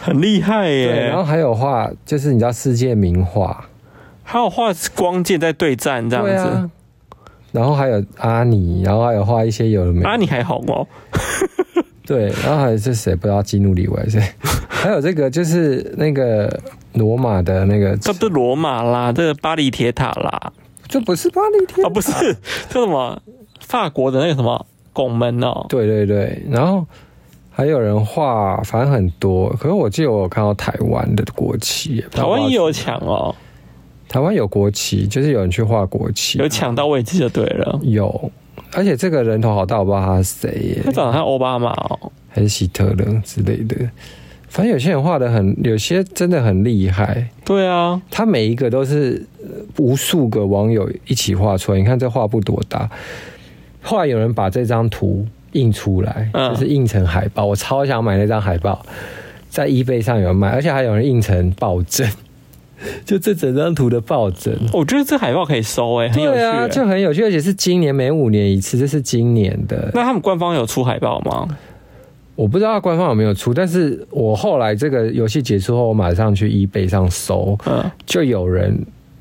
S2: 很厉害
S1: 对，
S2: 耶
S1: 然后。还有画，就是你知道世界名画，
S2: 还有画光剑在对战这样
S1: 对
S2: 子。
S1: 啊，然后还有阿尼，然后还有画一些有的没的，
S2: 啊，你还红哦，
S1: 对，然后还有是谁不知道基努里维 谁，还有这个就是那个罗马的那个，
S2: 这不是罗马啦，这个巴黎铁塔啦，
S1: 这不是巴黎铁
S2: 啊，不是，这什么法国的那个什么拱门哦，
S1: 对对对，然后还有人画，反正很多，可是我记得我有看到台湾的国旗，
S2: 台湾也有抢哦，
S1: 台湾有国旗，就是有人去画国旗，
S2: 有抢到位置就对了。
S1: 有，而且这个人头好大，我不知道他是谁耶
S2: 他，长得像奥巴马哦，
S1: 还是希特勒之类的。反正有些人画的很，有些真的很厉害。
S2: 对啊，
S1: 他每一个都是呃无数个网友一起画出来。你看这画布多大！后来有人把这张图印出来，
S2: 嗯
S1: 就是印成海报。我超想买那张海报，在 eBay 上有人卖，而且还有人印成抱枕， 就这整张图的抱枕。
S2: 我觉得这海报可以收哎、很有趣、
S1: 对啊，
S2: 欸。
S1: 就很有趣，而且是今年每五年一次，这是今年的。
S2: 那他们官方有出海报吗？
S1: 我不知道官方有没有出，但是我后来这个游戏结束后，我马上去 eBay 上搜，
S2: 嗯，
S1: 就有人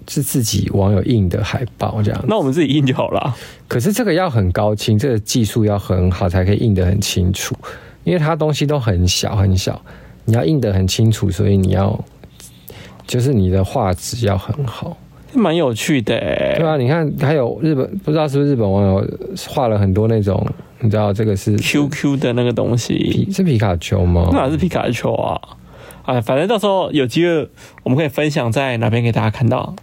S1: 是自己网友印的海报这样。
S2: 那我们自己印就好了。
S1: 可是这个要很高清，这个技术要很好才可以印得很清楚，因为它东西都很小很小，你要印得很清楚，所以你要就是你的画质要很好。
S2: 蛮有趣的、欸，
S1: 对啊，你看还有日本，不知道是不是日本网友画了很多那种，你知道这个是
S2: QQ 的那个东西，
S1: 皮是皮卡丘吗？
S2: 那哪是皮卡丘啊？哎，反正到时候有机会我们可以分享在哪边给大家看到。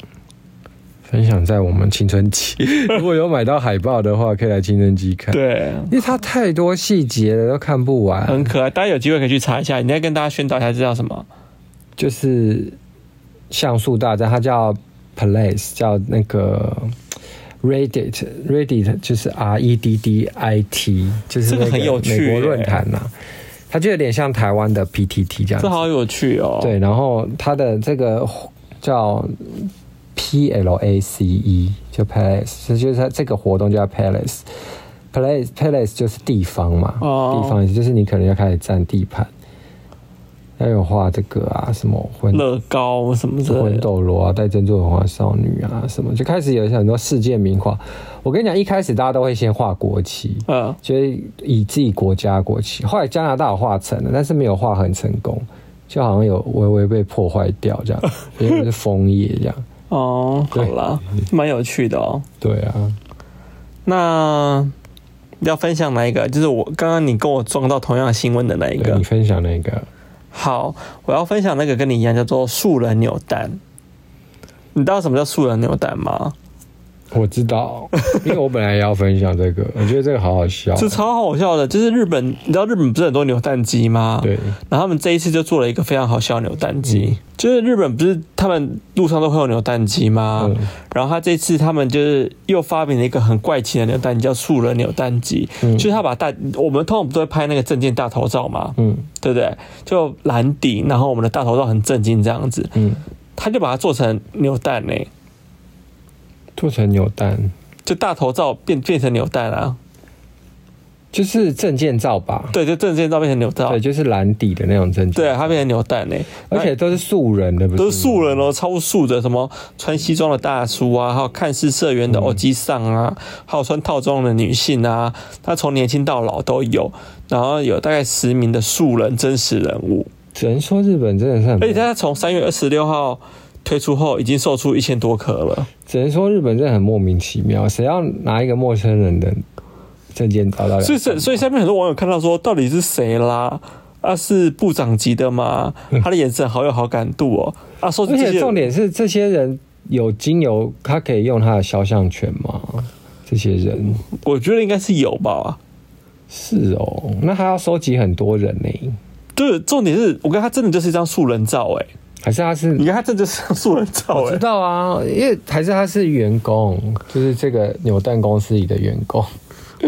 S1: 分享在我们青春期，如果有买到海报的话，可以来青春期看。
S2: 对，
S1: 因为它太多细节了，都看不完。
S2: 很可爱，大家有机会可以去查一下。你再跟大家宣导一下，这叫什么？
S1: 就是像素大战，它叫 place，叫那个 Reddit，Reddit 就是 R E D D I T，就是
S2: 这个
S1: 那
S2: 很有
S1: 美
S2: 趣
S1: 国
S2: 耶
S1: 论坛呐、它就有点像台湾的 PTT 这样子
S2: 这。好有趣哦。
S1: 对，然后它的这个叫 PLACE，就 E，Palace，这就是它这个活动叫 Palace。Place Palace 就是地方嘛
S2: 哦
S1: 地方意思就是你可能要开始占地盘，要有画这个啊，什么婚
S2: 乐高什么之类
S1: 魂
S2: 的，
S1: 斗罗啊，戴珍珠耳环的少女啊，什么就开始有很多世界名画。我跟你讲，一开始大家都会先画国旗，
S2: 嗯，
S1: 就是以自己国家国旗。后来加拿大有画成了，但是没有画很成功，就好像有微微被破坏掉 这样，因为是枫叶这样。
S2: 哦，好
S1: 对
S2: 啦，蛮有趣的哦。
S1: 对啊，
S2: 那要分享哪一个？就是我刚刚你跟我撞到同样的新闻的那一
S1: 对
S2: 个
S1: 你。分享那个，
S2: 好，我要分享那个跟你一样叫做素人扭蛋。你知道什么叫素人扭蛋吗？
S1: 我知道，因为我本来也要分享 这个，我觉得这个好好笑。啊
S2: 这超好笑的，就是日本，你知道日本不是很多扭蛋机吗？
S1: 对，嗯
S2: 然后他们这一次就做了一个非常好笑的扭蛋机，就是日本不是他们路上都会有扭蛋机吗？
S1: 嗯
S2: 然后他这次他们就是又发明了一个很怪奇的扭蛋机，叫素人扭蛋机，就是他把大我们通常不都会拍那个证件大头照嘛，
S1: 嗯
S2: 对不对？就蓝底，然后我们的大头照很正经这样子，
S1: 嗯，
S2: 他就把它做成扭蛋呢、
S1: 做成扭蛋
S2: 就大头照变变成扭蛋啊，
S1: 就是证件照吧？
S2: 对，就证件照变成扭蛋
S1: 对，，就是蓝底的那种证件。
S2: 对，它变成扭蛋呢、
S1: 而且都是素人的，不是
S2: 都是素人哦，超素的，什么穿西装的大叔啊，还有看似社员
S1: 嗯
S2: 的欧吉桑啊，还有穿套装的女性啊，他从年轻到老都有，然后有大概十名的素人真实人物，
S1: 只能说日本真的是很，
S2: 而且他从三月二十六号推出后，已经售出一千多颗了。
S1: 只能说日本真的很莫名其妙，谁要拿一个陌生人的证件找到？
S2: 所以是，所以下面很多网友看到说，到底是谁啦？啊，是部长级的吗？他的眼神好有好感度哦。啊，说
S1: 嗯而
S2: 这
S1: 且
S2: 些
S1: 重点是这些人有精油，他可以用他的肖像权吗？这些人
S2: 我觉得应该是有吧。
S1: 是哦，那他要收集很多人呢、
S2: 对，重点是我跟他真的就是一张素人照哎、
S1: 还是他是
S2: 你？看他这就是像素人照
S1: 我
S2: 哎、
S1: 知道啊，因为还是他是员工，就是这个扭蛋公司里的员工。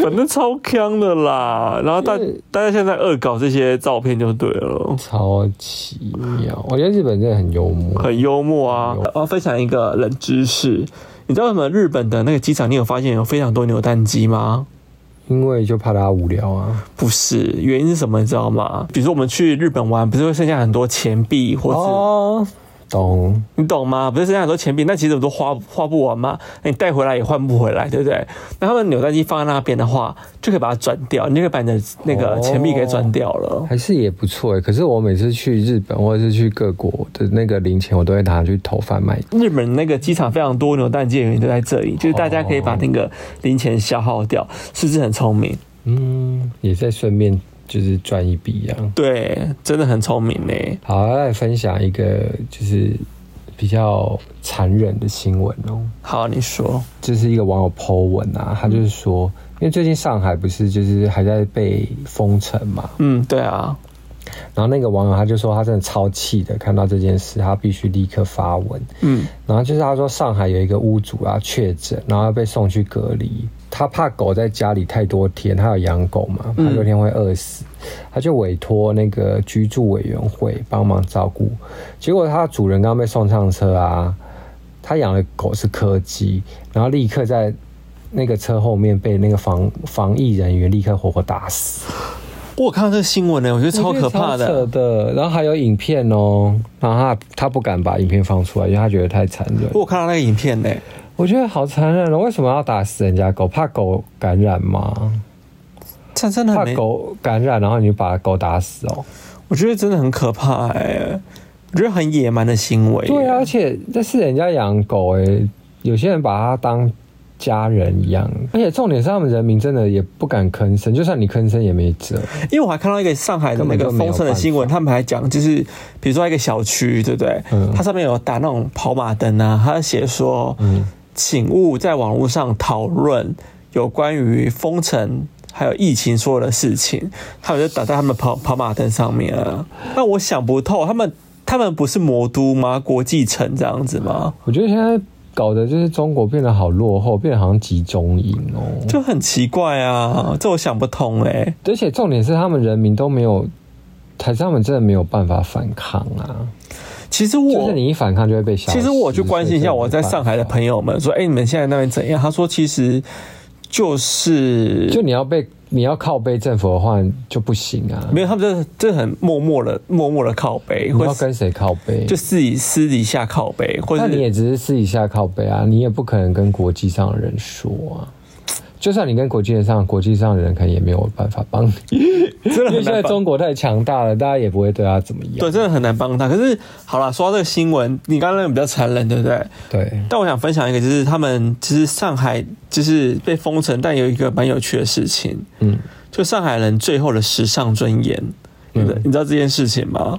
S2: 反正超坑的啦。然后大
S1: 因为
S2: 大家现在恶搞这些照片就对了，
S1: 超奇妙，我觉得日本真的很幽默。
S2: 很幽默啊
S1: 很幽。
S2: 我要分享一个冷知识，你知道为什么日本的那个机场，你有发现有非常多扭蛋机吗？
S1: 因为就怕他无聊啊。
S2: 不是，原因是什么？你知道吗？比如说我们去日本玩，不是会剩下很多钱币，或是、
S1: 哦，懂。
S2: 你懂吗？不是剩下很多钱币，那其实我都花花不完嘛。那你带回来也换不回来，对不对？那他们扭蛋机放在那边的话，就可以把它转掉，你就可以把你的那
S1: 哦
S2: 个钱币给转掉了。
S1: 还是也不错哎。可是我每次去日本或者是去各国的那个零钱，我都会拿去投贩卖。
S2: 日本那个机场非常多扭蛋机的原因就在这里，就是大家可以把那个零钱消耗掉，是不是很聪明？
S1: 嗯，也在顺便就是赚一笔啊。
S2: 对，真的很聪明呢、
S1: 好，来分享一个就是比较残忍的新闻哦。
S2: 好，你说，
S1: 这是一个网友 Po 文啊，他就是说，因为最近上海不是就是还在被封城嘛，
S2: 嗯，对啊，
S1: 然后那个网友他就说他真的超气的，看到这件事他必须立刻发文。
S2: 嗯，
S1: 然后就是他说上海有一个屋主啊确诊，然后要被送去隔离。他怕狗在家里太多天，他有养狗嘛，怕多天会饿死，他就委托那个居住委员会帮忙照顾。结果他的主人刚被送上车啊，他养的狗是柯基，然后立刻在那个车后面被那个防防疫人员立刻活活打死。
S2: 我有看到这个新闻呢、我觉得超可怕
S1: 我觉得超扯
S2: 的。
S1: 的。然后还有影片哦，然后他他不敢把影片放出来，因为他觉得太残忍。
S2: 我有看到那个影片呢、
S1: 我觉得好残忍哦，为什么要打死人家狗？怕狗感染吗？
S2: 这真的
S1: 怕
S2: 很没，
S1: 狗感染，然后你就把狗打死哦？
S2: 我觉得真的很可怕哎、我觉得很野蛮的行为、
S1: 对啊，而，且这是人家养狗诶、有些人把它当家人一样，而且重点是他们人民真的也不敢吭声，就算你吭声也没辙。
S2: 因为我还看到一个上海的那
S1: 根本
S2: 个
S1: 就没有
S2: 封城的新闻，
S1: 办法
S2: 他们还讲就是，比如说一个小区，对不对？
S1: 嗯
S2: 它上面有打那种跑马灯啊，它写说，
S1: 嗯
S2: 请勿在网络上讨论有关于封城还有疫情所有的事情，他们就打在他们跑跑马灯上面啊。那我想不透，他们他们不是魔都吗？国际城这样子吗？
S1: 我觉得现在搞得就是中国变得好落后，变得好像集中营哦。
S2: 就很奇怪啊，这我想不通哎、
S1: 而且重点是他们人民都没有，还是他们真的没有办法反抗啊？
S2: 其实
S1: 就是
S2: 我。
S1: 你一反抗就会被消失。
S2: 其实我去关心一下我在上海的
S1: 友，
S2: 朋友们，说：“哎、你们现在那边怎样？”他说：“其实就是
S1: 就你要被你要靠背政府的话就不行啊。
S2: 没有，他们这这很默默的、默默的靠背，
S1: 你
S2: 或
S1: 要
S2: 是
S1: 跟谁靠背？
S2: 就私底私底下靠背，或
S1: 那
S2: 是
S1: 你也只是私底下靠背啊，你也不可能跟国际上的人说啊。就算你跟国际上国际上的人，可能也没有办法帮你，
S2: 真的
S1: 因为现
S2: 很
S1: 在
S2: 难帮。
S1: 中国太强大了，大家也不会对他怎么样。
S2: 对，真的很难帮他。可是好了，说到这个新闻，你刚刚那个比较残忍，对不对？
S1: 对，
S2: 但我想分享一个，就是他们其实上海就是被封城，但有一个蛮有趣的事情，
S1: 嗯，
S2: 就上海人最后的时尚尊严。你知
S1: 嗯
S2: 你知道这件事情吗？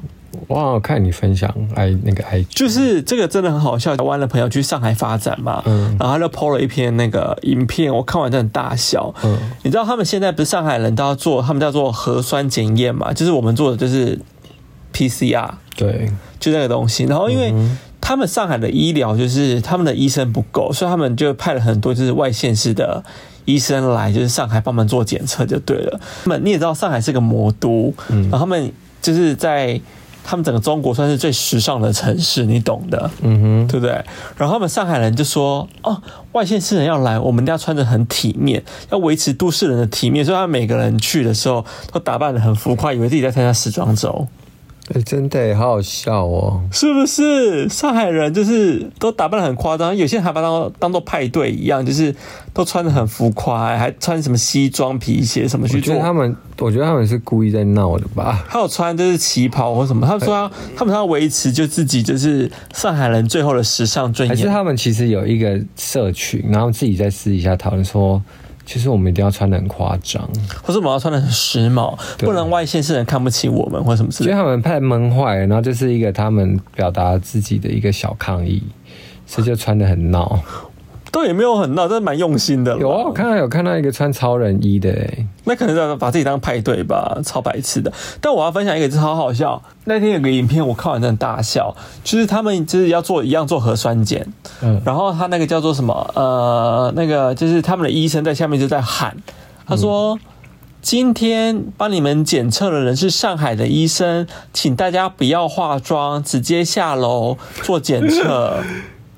S1: 我好像看你分享 i 那个 i
S2: 就是这个真的很好笑。台湾的朋友去上海发展嘛，
S1: 嗯
S2: 然后他就 PO 了一篇那个影片，我看完真的大笑。
S1: 嗯
S2: 你知道他们现在不是上海人都要做，他们叫做核酸检验嘛，就是我们做的就是 PCR，
S1: 对，
S2: 就那个东西。然后因
S1: 嗯
S2: 为他们上海的医疗就是他们的医生不够，所以他们就派了很多就是外县市的医生来，就是上海帮忙做检测就对了。那么你也知道上海是个魔都，
S1: 嗯
S2: 然后他们就是在他们整个中国算是最时尚的城市，你懂的。
S1: 嗯哼，
S2: 对不对？然后他们上海人就说：“哦，外县市人要来，我们一定要穿着很体面，要维持都市人的体面。”所以他们每个人去的时候都打扮的很浮夸，以为自己在参加时装周，
S1: 哎，真的耶好好笑哦。
S2: 是不是？上海人就是都打扮的很夸张，有些人还把它当当做派对一样，就是都穿的很浮夸、还穿什么西装皮鞋什么
S1: 我
S2: 去
S1: 觉
S2: 做
S1: 得。他们，我觉得他们是故意在闹的吧？
S2: 还有穿就是旗袍或什么，他们说要他们要维持就自己就是上海人最后的时尚尊
S1: 还是
S2: 严。
S1: 他们其实有一个社群，然后自己在私底下讨论说，其实我们一定要穿的很夸张，
S2: 或是我们要穿的很时髦，
S1: 对
S2: 不能外县市人看不起我们或什么之
S1: 所以
S2: 类的。
S1: 他们太闷坏了，然后这是一个他们表达自己的一个小抗议。所以就穿的很闹，
S2: 都也没有很闹，但是蛮用心的啦。
S1: 有啊，我看到有看到一个穿超人衣的、欸，
S2: 那可能是把自己当派对吧，超白痴的。但我要分享一个，就是好好笑。那天有个影片，我看完真的大笑，就是他们就是要做一样做核酸检，
S1: 嗯
S2: 然后他那个叫做什么呃，那个就是他们的医生在下面就在喊，他说。今天帮你们检测的人是上海的医生，请大家不要化妆，直接下楼做检测。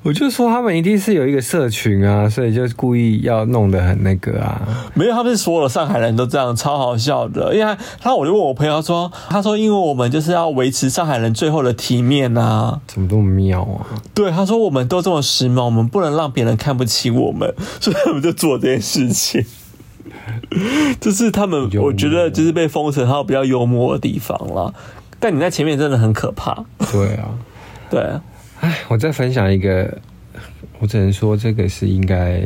S1: 我就说他们一定是有一个社群啊，所以就故意要弄得很那个啊，
S2: 没有，他们是所有的上海人都这样，超好笑的。因为他，然后我就问我朋友他说，他说因为我们就是要维持上海人最后的体面呐、啊。
S1: 怎么这么妙啊？
S2: 对，他说我们都这么时髦，我们不能让别人看不起我们，所以他们就做这件事情。就是他们
S1: 幽，默
S2: 我觉得就是被封城，还有比较幽默的地方啦。但你在前面真的很可怕，
S1: 对啊，
S2: 对，
S1: 哎，我再分享一个，我只能说这个是应该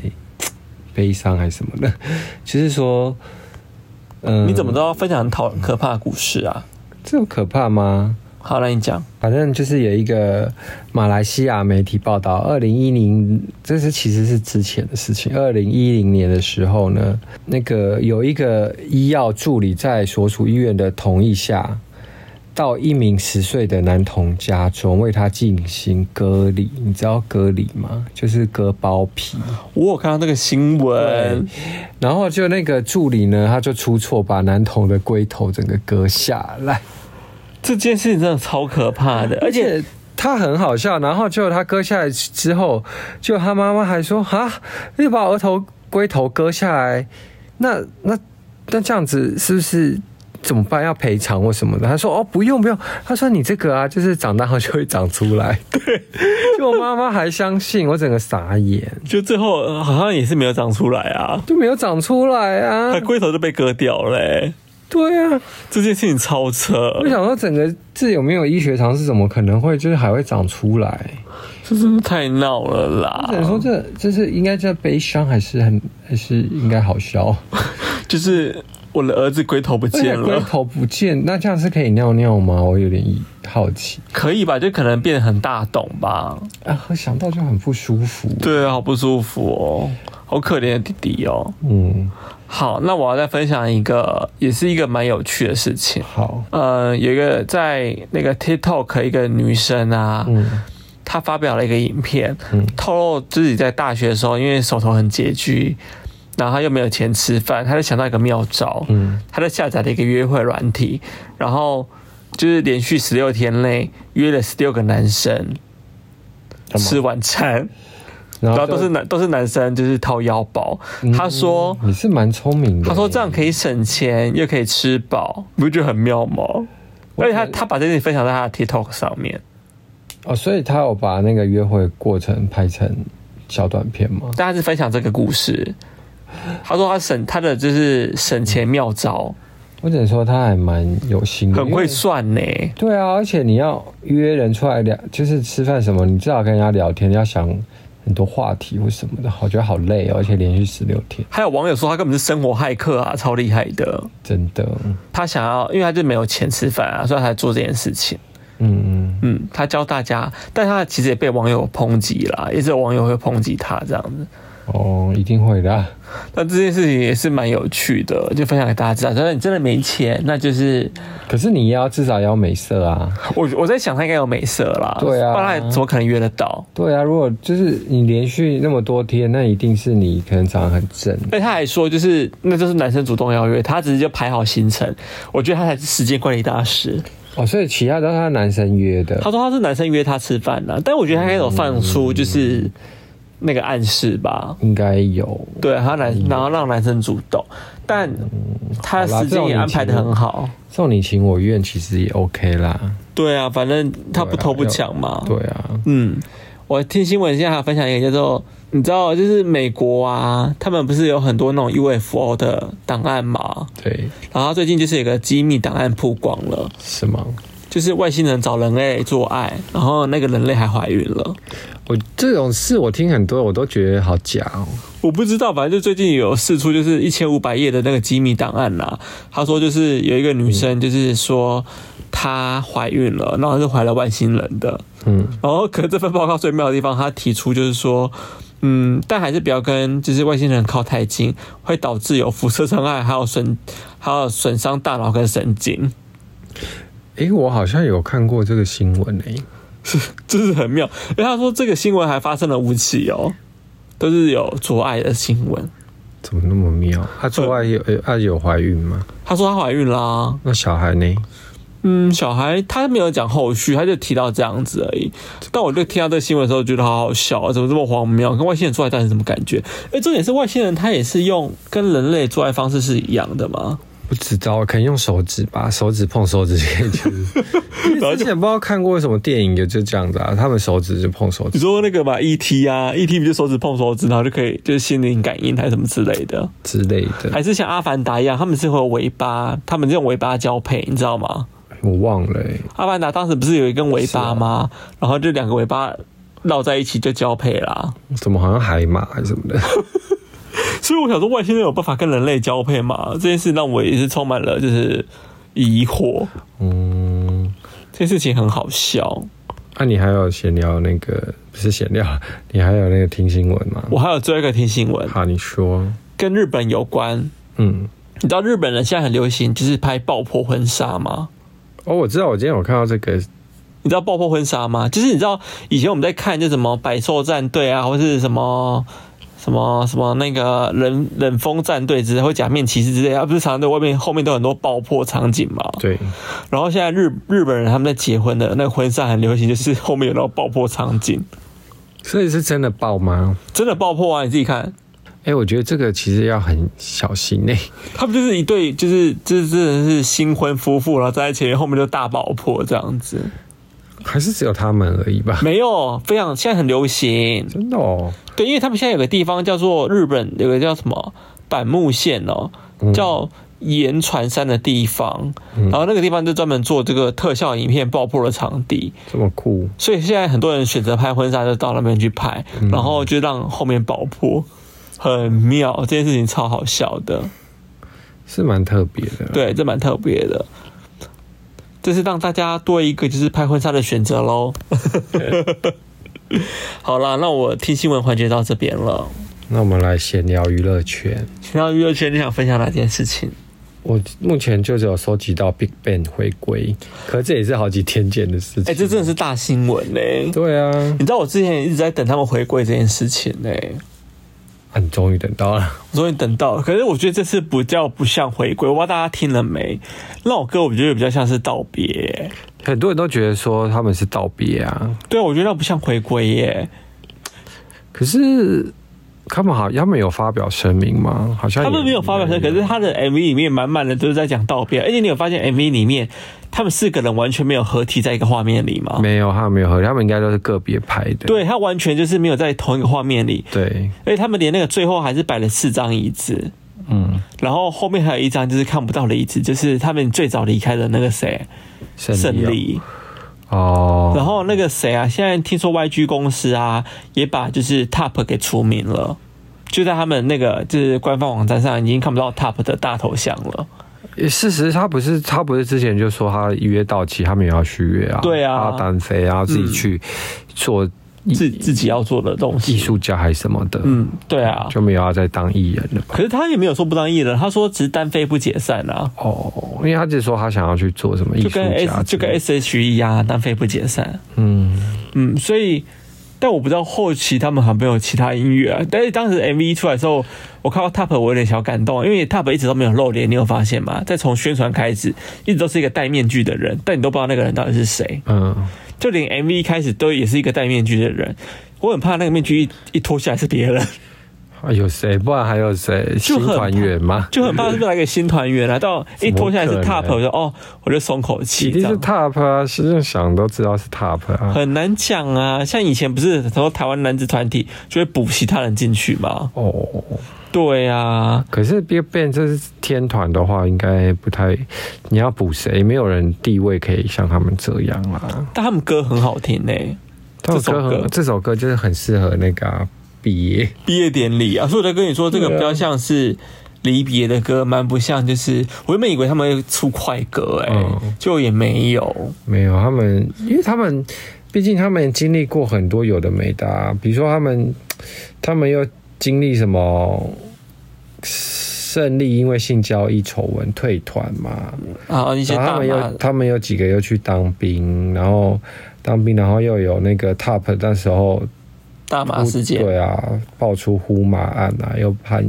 S1: 悲伤还是什么的， 就是说，嗯、
S2: 你怎么都要分享很讨很可怕的故事啊？
S1: 这么可怕吗？
S2: 好，那你讲，
S1: 反正就是有一个马来西亚媒体报道，二零一零，这是其实是之前的事情。二零一零年的时候呢，那个有一个医药助理在所属医院的同意下，到一名十岁的男童家中为他进行割礼。你知道割礼吗？就是割包皮。
S2: 我有看到这个新闻，
S1: 然后就那个助理呢，他就出错，把男童的龟头整个割下来。
S2: 这件事情真的超可怕 的，而
S1: 而
S2: 且
S1: 且他很好笑，然后就他割下来之后，就他妈妈还说：“哈，你把额头龟头割下来，那那那这样子是不是？”怎么办？要赔偿或什么的？他说：“哦，不用不用。”他说：“你这个啊，就是长大后就会长出来。” 对，就我妈妈还相信，我整个傻眼，
S2: 就最后呃好像也是没有长出来啊，
S1: 就没有长出来啊
S2: 他。龟头就被割掉了、欸，
S1: 对啊，
S2: 这件事情超扯
S1: 我，想说，整个这有没有医学常识，怎么可能会就是还会长出来？
S2: 这真的太闹了
S1: 只能
S2: 啦，
S1: 说这这是应该叫悲伤，还是很还是应该好笑？
S2: 就是我的儿子哎龟头不
S1: 而且
S2: 见
S1: 龟
S2: 了，
S1: 头不见，那这样是可以尿尿吗？我有点好奇
S2: 可以吧？就可能变得很大洞吧，
S1: 啊，我想到就很不舒服。
S2: 对啊，好不舒服哦，好可怜的弟弟哦。
S1: 嗯，
S2: 好，那我要再分享一个，也是一个蛮有趣的事情。
S1: 好，
S2: 呃，有一个在那个 TikTok 一个女生啊，
S1: 嗯，
S2: 他发表了一个影片，
S1: 嗯
S2: 透露自己在大学的时候，因为手头很拮据，然后他又没有钱吃饭，他就想到一个妙招，
S1: 嗯
S2: 他就下载了一个约会软体，然后就是连续十六天内约了十六个男生
S1: 干嘛
S2: 吃晚餐，
S1: 然
S2: 然后都是
S1: 就嗯
S2: 男都是男生，就是掏腰包。他说。
S1: 你是蛮聪明的，
S2: 他说这样可以省钱，又可以吃饱，你不觉得很妙吗？而且他他把这件事分享在他的 TikTok 上面，
S1: 哦，所以他有把那个约会过程拍成小短片吗？
S2: 但他是分享这个故事。他说他省他的就是省钱妙招，
S1: 我只能说他还蛮有心的，
S2: 很
S1: 因
S2: 会
S1: 为
S2: 算呢、
S1: 对啊，而且你要约人出来聊，就是吃饭什么，你至少跟人家聊天，你要想很多话题或什么的，我觉得好累哦，而且连续十六天，
S2: 还有网友说他根本是生活骇客啊，超厉害的。
S1: 真的，嗯
S2: 他想要，因为他就没有钱吃饭啊，所以他才做这件事情。
S1: 嗯，
S2: 嗯，他教大家，但他其实也被网友抨击啦，也是有网友会抨击他这样子。
S1: 哦，一定会的啊、
S2: 那这件事情也是蛮有趣的，就分享给大家知道。但是你真的没钱，那就是
S1: 可是你要至少要美色啊，
S2: 我我在想他应该有美色啦，
S1: 对啊
S2: 不然他怎么可能约得到？
S1: 对啊，如果就是你连续那么多天，那一定是你可能长得很正，
S2: 而且他还说，就是那就是男生主动邀约，他只是就排好行程。我觉得他才是时间管理大师。
S1: 哦，所以其他都是他男生约的
S2: 他，说他是男生约他吃饭啦，但我觉得他应该有放出就是那个暗示吧。
S1: 应该有，
S2: 对他男，
S1: 嗯
S2: 然后让男生主动，但他的时间也安排的很好。
S1: 这种你情我愿其实也 OK 啦，
S2: 对啊，反正他不
S1: 对啊
S2: 偷不抢嘛。
S1: 对啊，
S2: 嗯，我听新闻现在还有分享一个叫做，你知道，就是美国啊，他们不是有很多那种 UFO 的档案嘛？
S1: 对，
S2: 然后最近就是有个机密档案曝光了，
S1: 是吗？
S2: 就是外星人找人类做爱，然后那个人类还怀孕了。
S1: 我这种事我听很多，我都觉得好假哦。
S2: 我不知道，反正就最近有试出就是一千五百页的那个机密档案啦。他说就是有一个女生，就是说她怀孕了，然后是怀了外星人的。
S1: 嗯，
S2: 然后可是这份报告最妙的地方，他提出就是说，嗯，但还是不要跟就是外星人靠太近，会导致有辐射伤害，还有损还有损伤大脑跟神经。
S1: 诶，我好像有看过这个新闻诶、
S2: 真是很妙。因为他说这个新闻还发生了五起哦，都是有阻碍的新闻。
S1: 怎么那么妙？她做爱有呃她有怀孕吗？
S2: 他说她怀孕啦、
S1: 那小孩呢？
S2: 嗯，小孩他没有讲后续，他就提到这样子而已。但我就听到这个新闻的时候，觉得好好笑啊，怎么这么荒谬？跟外星人做爱到底是什么感觉？哎，重点是外星人他也是用跟人类做爱方式是一样的吗？
S1: 不知道，可能用手指吧，手指碰手指可以就是因为之前不知道看过什么电影有就这样子啊，他们手指就碰手
S2: 你
S1: 指。
S2: 说那个嘛，ET 啊，ET 不就手指碰手指，然后就可以就是心灵感应还是什么之类的？
S1: 之类的，
S2: 还是像阿凡达一样，他们是会有尾巴，他们是用尾巴交配，你知道吗？
S1: 我忘了、欸。
S2: 阿凡达当时不是有一根尾巴吗？然后就两个尾巴绕在一起就交配啦、
S1: 怎么好像海马还是什么的？
S2: 所以我想说，外星人有办法跟人类交配吗？这件事让我也是充满了就是疑惑。
S1: 嗯，
S2: 这件事情很好笑。
S1: 那、你还有闲聊那个不是闲聊，你还有那个听新闻吗？
S2: 我还有最后一个听新闻，
S1: 好，你说，
S2: 跟日本有关。
S1: 嗯，
S2: 你知道日本人现在很流行就是拍爆破婚纱吗？
S1: 哦，我知道，我今天有看到这个，
S2: 你知道爆破婚纱吗？就是你知道以前我们在看就什么百兽战队啊，或是什么什么什么那个冷冷风战队之类，或假面骑士之类，啊，不是常常在外面后面都有很多爆破场景嘛？
S1: 对，
S2: 然后现在日日本人他们在结婚的那个婚纱很流行，就是后面有那种爆破场景，
S1: 所以是真的爆吗？
S2: 真的爆破啊！你自己看，
S1: 哎、我觉得这个其实要很小心欸诶、
S2: 他们就是一对，就是就是真的是新婚夫妇，然后在一起，后面就大爆破这样子。
S1: 还是只有他们而已吧？
S2: 没有，非常现在很流行，
S1: 真的哦，
S2: 对，因为他们现在有个地方叫做日本，有个叫什么板木县哦，叫岩船山的地方，然后那个地方就专门做这个特效影片爆破的场地。
S1: 这么酷，
S2: 所以现在很多人选择拍婚纱，就到那边去拍，然后就让后面爆破，很妙，这件事情超好笑的。
S1: 是蛮特别的。，
S2: 对，这蛮特别的。这是让大家多一个就是拍婚纱的选择 喽。好啦，那我听新闻环节到这边了。
S1: 那我们来闲聊娱乐圈。
S2: 闲聊娱乐圈，你想分享哪件事情？
S1: 我目前就只有收集到 Big Bang 回归，可这也是好几天前的事情。
S2: 哎、这真的是大新闻嘞、
S1: 对啊，
S2: 你知道我之前一直在等他们回归这件事情欸嘞、
S1: 啊你终于等到了，
S2: 我终于等到了。可是我觉得这次比较不像回归，我不知道大家听了没？那首歌我觉得比较像是道别耶、
S1: 很多人都觉得说他们是道别啊，
S2: 对，我觉得那不像回归耶、
S1: 可是他们好，他们有发表声明吗？好像
S2: 他们
S1: 也
S2: 没有发表声，
S1: 没
S2: 可
S1: 有
S2: 是他的 MV 里面满满的都是在讲道别，而且你有发现 MV 里面他们四个人完全没有合体在一个画面里吗？
S1: 没有，他们没有合，他们应该都是个别拍的。
S2: 对他完全就是没有在同一个画面里，
S1: 对，
S2: 而且他们连那个最后还是摆了四张椅子，
S1: 嗯，
S2: 然后后面还有一张就是看不到的椅子，就是他们最早离开的那个谁
S1: 胜
S2: 胜
S1: 利
S2: 利，
S1: 哦，
S2: 然后那个谁啊，现在听说 YG 公司啊也把就是 TOP 给除名了。就在他们那个就是官方网站上已经看不到 TOP 的大头像了，
S1: 事实他不是他不是之前就说他约到期，他们也要续约啊，
S2: 对啊嗯
S1: 他要单飞啊，自己去做
S2: 自
S1: 艺
S2: 自己要做的东西。
S1: 嗯艺术家还是什么的，
S2: 嗯，对啊。
S1: 就没有要再当艺人了吧？
S2: 可是他也没有说不当艺人，他说只是单飞不解散啊，
S1: 哦，因为他只说他想要去做什么艺
S2: 就
S1: 术
S2: 跟 S
S1: 家之
S2: 就跟
S1: 类的，
S2: S H E 一样，单飞不解散。
S1: 嗯，
S2: 嗯，所以但我不知道后期他们还有没有其他音乐啊。但是当时 MV 出来的时候，我看到 TOP 我有点小感动，因为 TOP 一直都没有露脸，你有发现吗？在从宣传开始，一直都是一个戴面具的人，但你都不知道那个人到底是谁。
S1: 嗯，
S2: 就连 MV 一开始都也是一个戴面具的人，我很怕那个面具一一脱下来是别人。
S1: 啊有谁？不然还有谁？
S2: 就
S1: 新
S2: 很
S1: 团员吗？
S2: 就很怕是不是来个新团员来到一脱下来是
S1: 怎么可
S2: TOP，
S1: 能
S2: 我就哦，我就松口气，
S1: 一
S2: 这
S1: 定是
S2: 样
S1: TOP 啊，实际想都知道是 TOP 啊。
S2: 很难讲啊。像以前不是很多台湾男子团体就会补其他人进去嘛？
S1: 哦，
S2: 对啊，
S1: 可是 BigBang 这是天团的话，应该不太，你要补谁？没有人地位可以像他们这样啦。
S2: 但他们歌很好听呢、
S1: 这首歌
S2: 这首歌
S1: 很，这首歌就是很适合那个啊毕、业。
S2: 毕业典礼啊，所以我在跟你说，这个比较像是离别的歌，蛮不像。就是我原本以为他们会出快歌、欸，哎、
S1: 嗯
S2: 就也没有。
S1: 没有他们，因为他们毕竟他们经历过很多有的没的、啊，比如说他们，他们又经历什么胜利因为性交易丑闻退团嘛，
S2: 啊，一些
S1: 然后他
S2: 大
S1: 们
S2: 妈
S1: 又，他们有几个又去当兵，然后当兵，然后又有那个 TOP 那时候
S2: 大麻事件，
S1: 对啊，爆出呼麻案啊，又判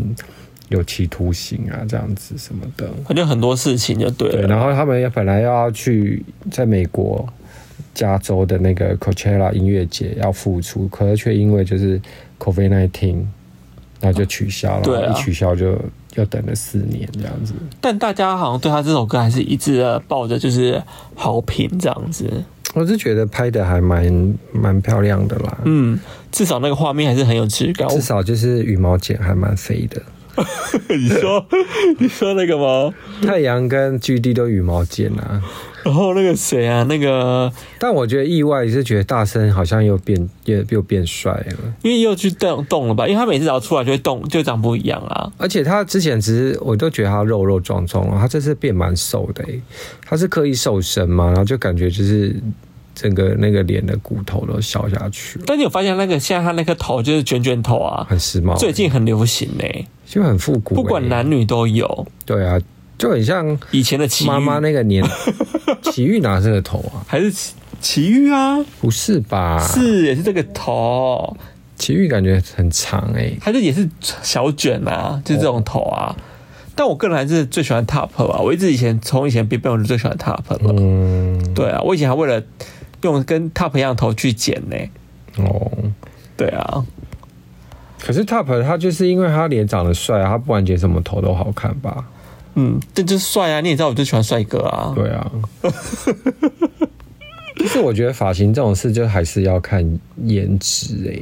S1: 有期徒刑啊，这样子什么的。
S2: 他就很多事情就对啊
S1: 对，
S2: 了。
S1: 然后他们也本来要去在美国加州的那个 Coachella 音乐节要复出，可是却因为就是 COVID 1 9然后就取消了，
S2: 对啊
S1: 然后一取消就又等了四年这样子。
S2: 但大家好像对他这首歌还是一致的抱着就是好评这样子。
S1: 我是觉得拍的还蛮蛮漂亮的啦，
S2: 嗯，至少那个画面还是很有质感。
S1: 至少就是羽毛剪还蛮飞的，
S2: 你说你说那个吗？
S1: 太阳跟 GD 都羽毛剪啊。
S2: 然后那个谁啊，那个
S1: 但我觉得意外是觉得大森好像又变又又变帅了。
S2: 因为又去动动了吧？因为他每次只要出来就会动，就长不一样啊。
S1: 而且他之前只是我都觉得他肉肉壮壮哦，他这次变蛮瘦的、欸，他是刻意瘦身嘛，然后就感觉就是整个那个脸的骨头都消下去了，
S2: 但你有发现那个现在他那个头就是卷卷头啊，
S1: 很时髦、
S2: 最近很流行呢、
S1: 就很复古、欸，
S2: 不管男女都有。
S1: 对啊，就很像
S2: 以前的奇遇
S1: 妈妈那个 年，奇遇哪是个头啊？
S2: 还是奇奇遇啊，
S1: 不是吧？
S2: 是也是这个头，
S1: 奇遇感觉很长哎、
S2: 还是也是小卷啊，就这种头啊。但我个人还是最喜欢 Top 啊，我一直以前从以前 Big Bang 我就最喜欢 Top 了。
S1: 嗯，
S2: 对啊，我以前还为了用跟 Top 一样的头去剪呢、
S1: 哦。
S2: 对啊，
S1: 可是 TOP 他就是因为他脸长得帅啊，他不管剪什么头都好看吧？
S2: 嗯，这就是帅啊！你也知道，我就喜欢帅哥啊。
S1: 对 啊，就是我觉得发型这种事，就还是要看颜值哎、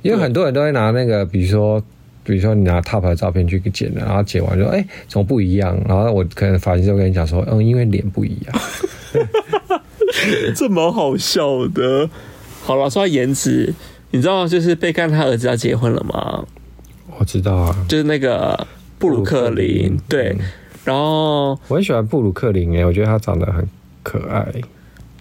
S1: 因为很多人都会拿那个，比如说，比如说你拿 top 的照片去剪然后剪完就哎、怎么不一样？然后我可能发型师会跟你讲说，嗯，因为脸不一样。
S2: 这蛮好笑的。好了，说到颜值，你知道就是贝克汉他儿子要结婚了吗？
S1: 我知道啊，
S2: 就是那个布鲁克林，对。然后
S1: 我很喜欢布鲁克林哎、我觉得他长得很可爱。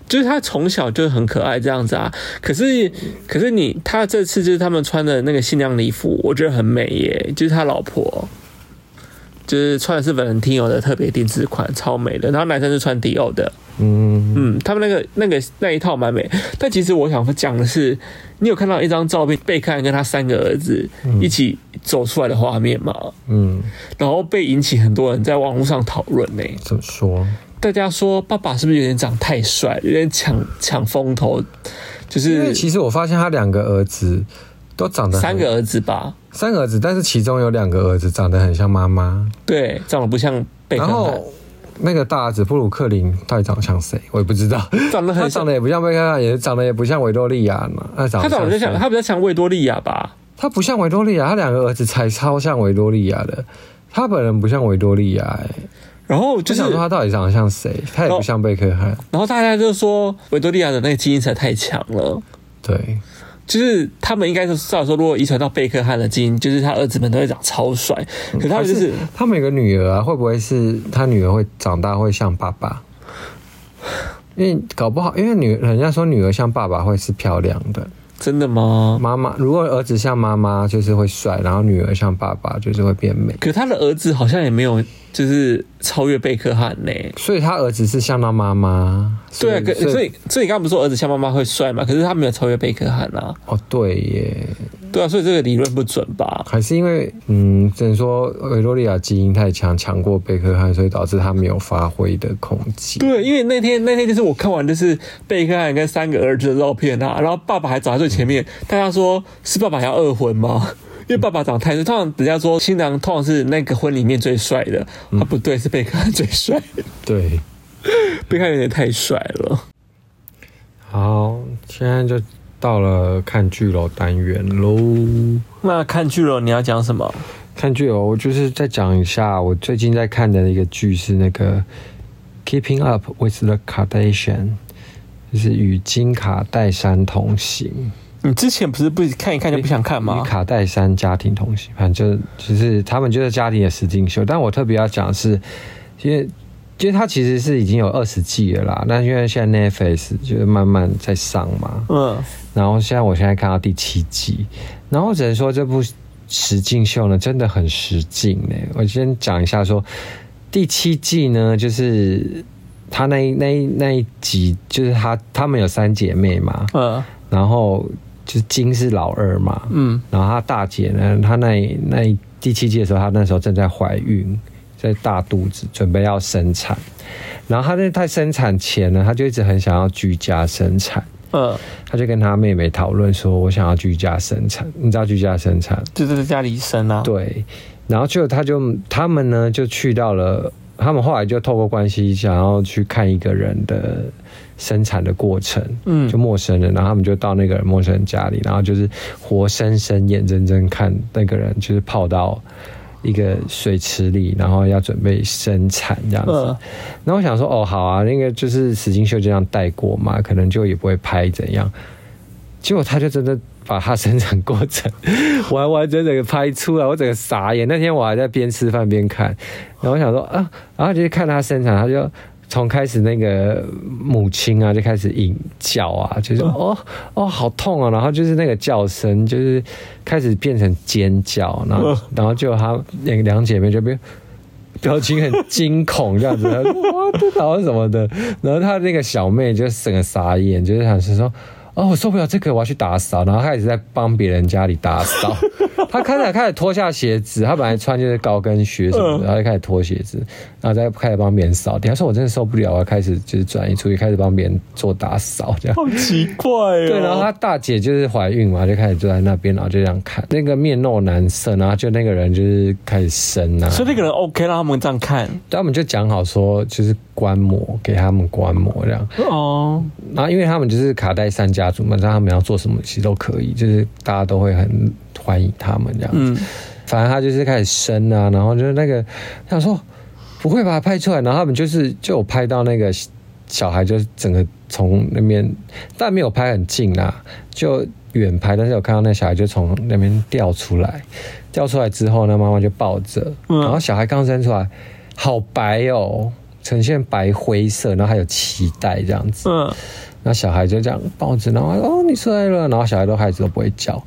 S2: 就是他从小就很可爱这样子啊。可是可是你他这次就是他们穿的那个新娘礼服，我觉得很美耶，就是他老婆。就是穿的是 Valentino 的特别定制款，超美的。然后男生是穿迪奥的，
S1: 嗯，
S2: 嗯，他们那个那个那一套蛮美。但其实我想讲的是，你有看到一张照片，贝克汉跟他三个儿子一起走出来的画面吗？
S1: 嗯，
S2: 然后被引起很多人在网络上讨论呢。
S1: 怎么说？
S2: 大家说爸爸是不是有点长太帅，有点抢抢风头？就
S1: 因为
S2: 是
S1: 其实我发现他两个儿子都长得很
S2: 三个儿子吧，
S1: 三个儿子，但是其中有两个儿子长得很像妈妈，
S2: 对，长得不像贝克
S1: 然
S2: 汉，
S1: 后那个大儿子布鲁克林到底长得像谁，我也不 知道。
S2: 长得
S1: 他长
S2: 很像
S1: 得。也不像贝克汉，也长得也不像维多利亚呢。他长
S2: 他
S1: 得
S2: 长得就像
S1: 谁
S2: 他比较像维多利亚吧？
S1: 他不像维多利亚，他两个儿子才超像维多利亚的。他本人不像维多利亚、欸，
S2: 然后
S1: 就
S2: 就是，哦
S1: 想说他
S2: 然
S1: 到底长得像谁？他也不像贝克汉，
S2: 后大家就说维多利亚的那个基因实在太强了，
S1: 对，
S2: 就是他们应该是照说，如果遗传到贝克汉的基因，就是他儿子们都会长超帅，可是他们就
S1: 嗯还
S2: 是
S1: 他们有个女儿啊，会不会是他女儿会长大会像爸爸？因为搞不好，因为女人家说女儿像爸爸会是漂亮的，
S2: 真的吗？
S1: 妈妈如果儿子像妈妈就是会帅，然后女儿像爸爸就是会变美，
S2: 可是他的儿子好像也没有，就是超越贝克汉呢、
S1: 所以他儿子是像他妈妈。
S2: 对啊，可所以所以你刚刚不是说儿子像妈妈会帅嘛？可是他没有超越贝克汉啊，
S1: 哦对耶，
S2: 对啊，所以这个理论不准吧？
S1: 还是因为，嗯，只能说维多利亚基因太强，强过贝克汉，所以导致他没有发挥的空间。
S2: 对，啊因为那天那天就是我看完就是贝克汉跟三个儿子的照片啊，然后爸爸还走在最前面，大家说是爸爸要二婚吗？因为爸爸长太帅，通常人家说新郎通常是那个婚里面最帅的，啊不对，是贝克汉最帅，
S1: 对，
S2: 贝克汉有点太帅了。
S1: 好，现在就到了看剧楼单元喽。
S2: 那看剧了，你要讲什么？
S1: 看剧哦楼，我就是再讲一下，我最近在看的一个剧是那个《Keeping Up with the Kardashian》，就是与金卡戴珊同行。
S2: 你之前不是不看一看就不想看
S1: 与
S2: 吗？
S1: 卡戴珊家庭同行，反正就是他们就是家庭的实境秀。但我特别要讲的是，因为因为它其实是已经有二十季了啦，那因为现在 Netflix 就是慢慢在上嘛，
S2: 嗯，
S1: 然后现在我现在看到第七季，然后只能说这部实境秀呢真的很实境呢、我先讲一下说，第七季呢就是他那一那一那一集就是他他们有三姐妹嘛，
S2: 嗯
S1: 然后就是金是老二嘛，
S2: 嗯，
S1: 然后她大姐呢，她那那一第七季的时候，她那时候正在怀孕，在大肚子，准备要生产。然后她在她生产前呢，她就一直很想要居家生产，
S2: 嗯，
S1: 她就跟她妹妹讨论说：“我想要居家生产。”你知道居家生产？
S2: 就是在家里生啊。
S1: 对。然后就她就他们呢就去到了，他们后来就透过关系想要去看一个人的生产的过程。
S2: 嗯
S1: 就陌生人，然后他们就到那个人陌生人家里，然后就是活生生、眼睁睁看那个人就是泡到一个水池里，然后要准备生产这样子
S2: 嗯。
S1: 那、我想说，哦，好啊，那个就是史金秀这样带过嘛，可能就也不会拍怎样。结果他就真的把他生产过程完完整整的拍出来，我整个傻眼。那天我还在边吃饭边看，然后我想说啊，然后就是看他生产，他就从开始那个母亲啊就开始引叫啊，
S2: 嗯
S1: 就是哦哦好痛啊，然后就是那个叫声就是开始变成尖叫，然后
S2: 嗯
S1: 然后就他两两姐妹就变。表情很惊恐这样子， 她说哇，这好像什么的。然后她那个小妹就整个傻眼，就是想是说，哦，我受不了这个，我要去打扫。然后她开始在帮别人家里打扫， 她开始开始脱下鞋子，她本来穿就是高跟鞋什么的，然后就开始脱鞋子，然后再开始帮别人扫地。她说我真的受不了，我要开始就是转移出去，开始帮别人做打扫这样。
S2: 好奇怪哦。
S1: 对，然后她大姐就是怀孕嘛，就开始坐在那边，然后就这样看那个面露难色，然后就那个人就是开始生啊，
S2: 所以那个人 OK 让他们这样看
S1: 他们就讲好说，就是观摩，给他们观摩这样。
S2: 哦。
S1: 然后因为他们就是卡戴珊家族嘛，让他们要做什么其实都可以，就是大家都会很欢迎他们这样子。
S2: 嗯
S1: 反正他就是开始生啊，然后就是那个想说不会把它拍出来，然后他们就是就有拍到那个小孩，就是整个从那边，但没有拍很近啊，就远拍，但是有看到那小孩就从那边掉出来，掉出来之后呢，妈妈就抱着，
S2: 嗯
S1: 然后小孩刚生出来，好白哦，呈现白灰色，然后还有脐带这样子，
S2: 嗯，
S1: 那小孩就这样抱着，然后哦你出来了，然后小孩都开始都不会叫，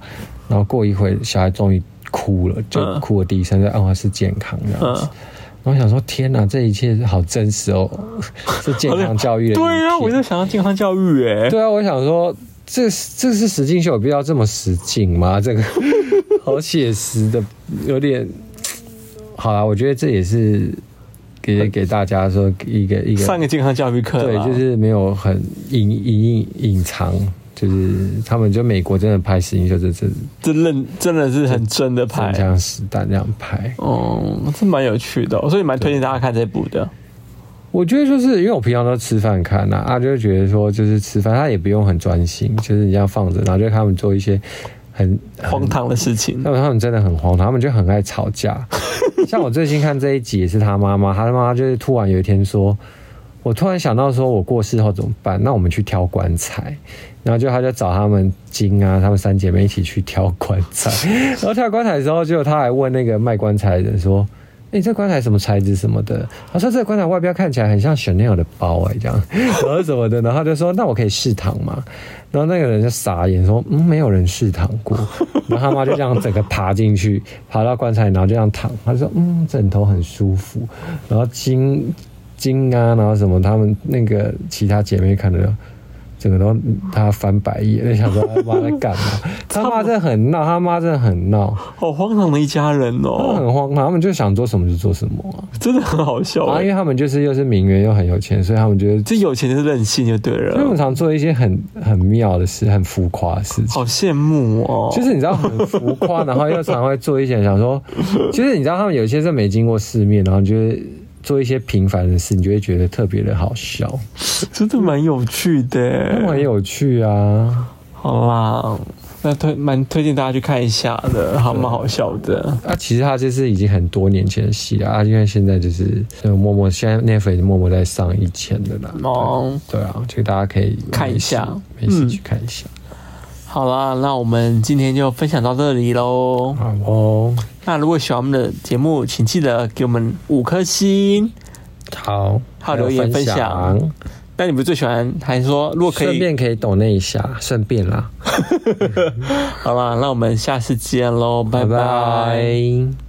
S1: 然后过一会小孩终于哭了，就
S2: 嗯
S1: 哭我地上，就哦，他是健康这样子
S2: 嗯。
S1: 然后我想说，天哪，这一切好真实哦， 是健康教育的。
S2: 对啊，我就想要健康教育哎、
S1: 对啊，我想说，这这是实境秀有必要这么实境吗？ 这个好写实的，有点。好啦，我觉得这也是给给大家说一个一个
S2: 上个健康教育课
S1: 对，
S2: 啦
S1: 就是没有很隐隐隐隐藏，就是他们就美国真的拍实境秀，这这
S2: 真认真的是很真的
S1: 真
S2: 拍。
S1: 枪实弹这样拍。
S2: 哦，这蛮有趣的哦、所以蛮推荐大家看这部的。
S1: 我觉得就是因为我平常都吃饭看呐、啊，就会觉得说就是吃饭，他也不用很专心，就是你这样放着，然后就看他们做一些很
S2: 荒唐的事情
S1: 那，么他们真的很荒唐，他们就很爱吵架。 像我最近看这一集也是他妈妈，他妈妈就是突然有一天说：“我突然想到说我过世后怎么办？那我们去挑棺材。”然后就他就找他们金啊，他们三姐妹一起去挑棺材。 然后挑棺材的时候，结果他还问那个卖棺材的人说。哎、这棺材什么材质什么的？他说这个棺材外标看起来很像 Chanel 的包哎、这样，然后什么的，然后他就说那我可以试躺吗？然后那个人就傻眼说嗯，没有人试躺过。然后他妈就这样整个爬进去，爬到棺材，然后就这样躺。他说嗯，枕头很舒服。然后金金啊，然后什么他们那个其他姐妹看着。整个都他翻白眼，就想说他妈在干嘛？他妈真的很闹，他妈真的很闹，
S2: 好哦荒唐的一家人
S1: 他们
S2: 哦，
S1: 很荒唐，他们就想做什么就做什么啊。
S2: 真的很好笑
S1: 啊，因
S2: 哎。
S1: 为他们就是又是名媛又很有钱，所以他们觉得，
S2: 这有钱就是任性就对
S1: 他们
S2: 了，
S1: 常做一些很很妙的事，很浮夸的事情。
S2: 好羡慕哦。
S1: 就是你知道很浮夸，然后又常会做一些想 说，就是你知道他们有些是没经过世面，然后就是做一些平凡的事，你就会觉得特别的好笑，
S2: 真的蛮有趣
S1: 他们很
S2: 的。
S1: 有趣啊。
S2: 好啦，那推蛮推荐大家去看一下的，好蛮好笑的。
S1: 啊，其实他就是已经很多年前的戏了啊，因为现在就是就默默现在 Netflix 默默在上以前的啦。
S2: 哦，
S1: 对啊，这个大家可以
S2: 看一下
S1: 没事没
S2: 嗯
S1: 事去看一下。
S2: 好啦，那我们今天就分享到这里喽。
S1: 好哦，
S2: 那如果喜欢我们的节目，请记得给我们五颗星。
S1: 好，
S2: 还有留言分享那你不是最喜欢？还是说如果可
S1: 顺
S2: 以？
S1: 便可以抖那一下，顺便啦，
S2: 好啦，那我们下次见喽，拜
S1: 拜
S2: 拜
S1: 拜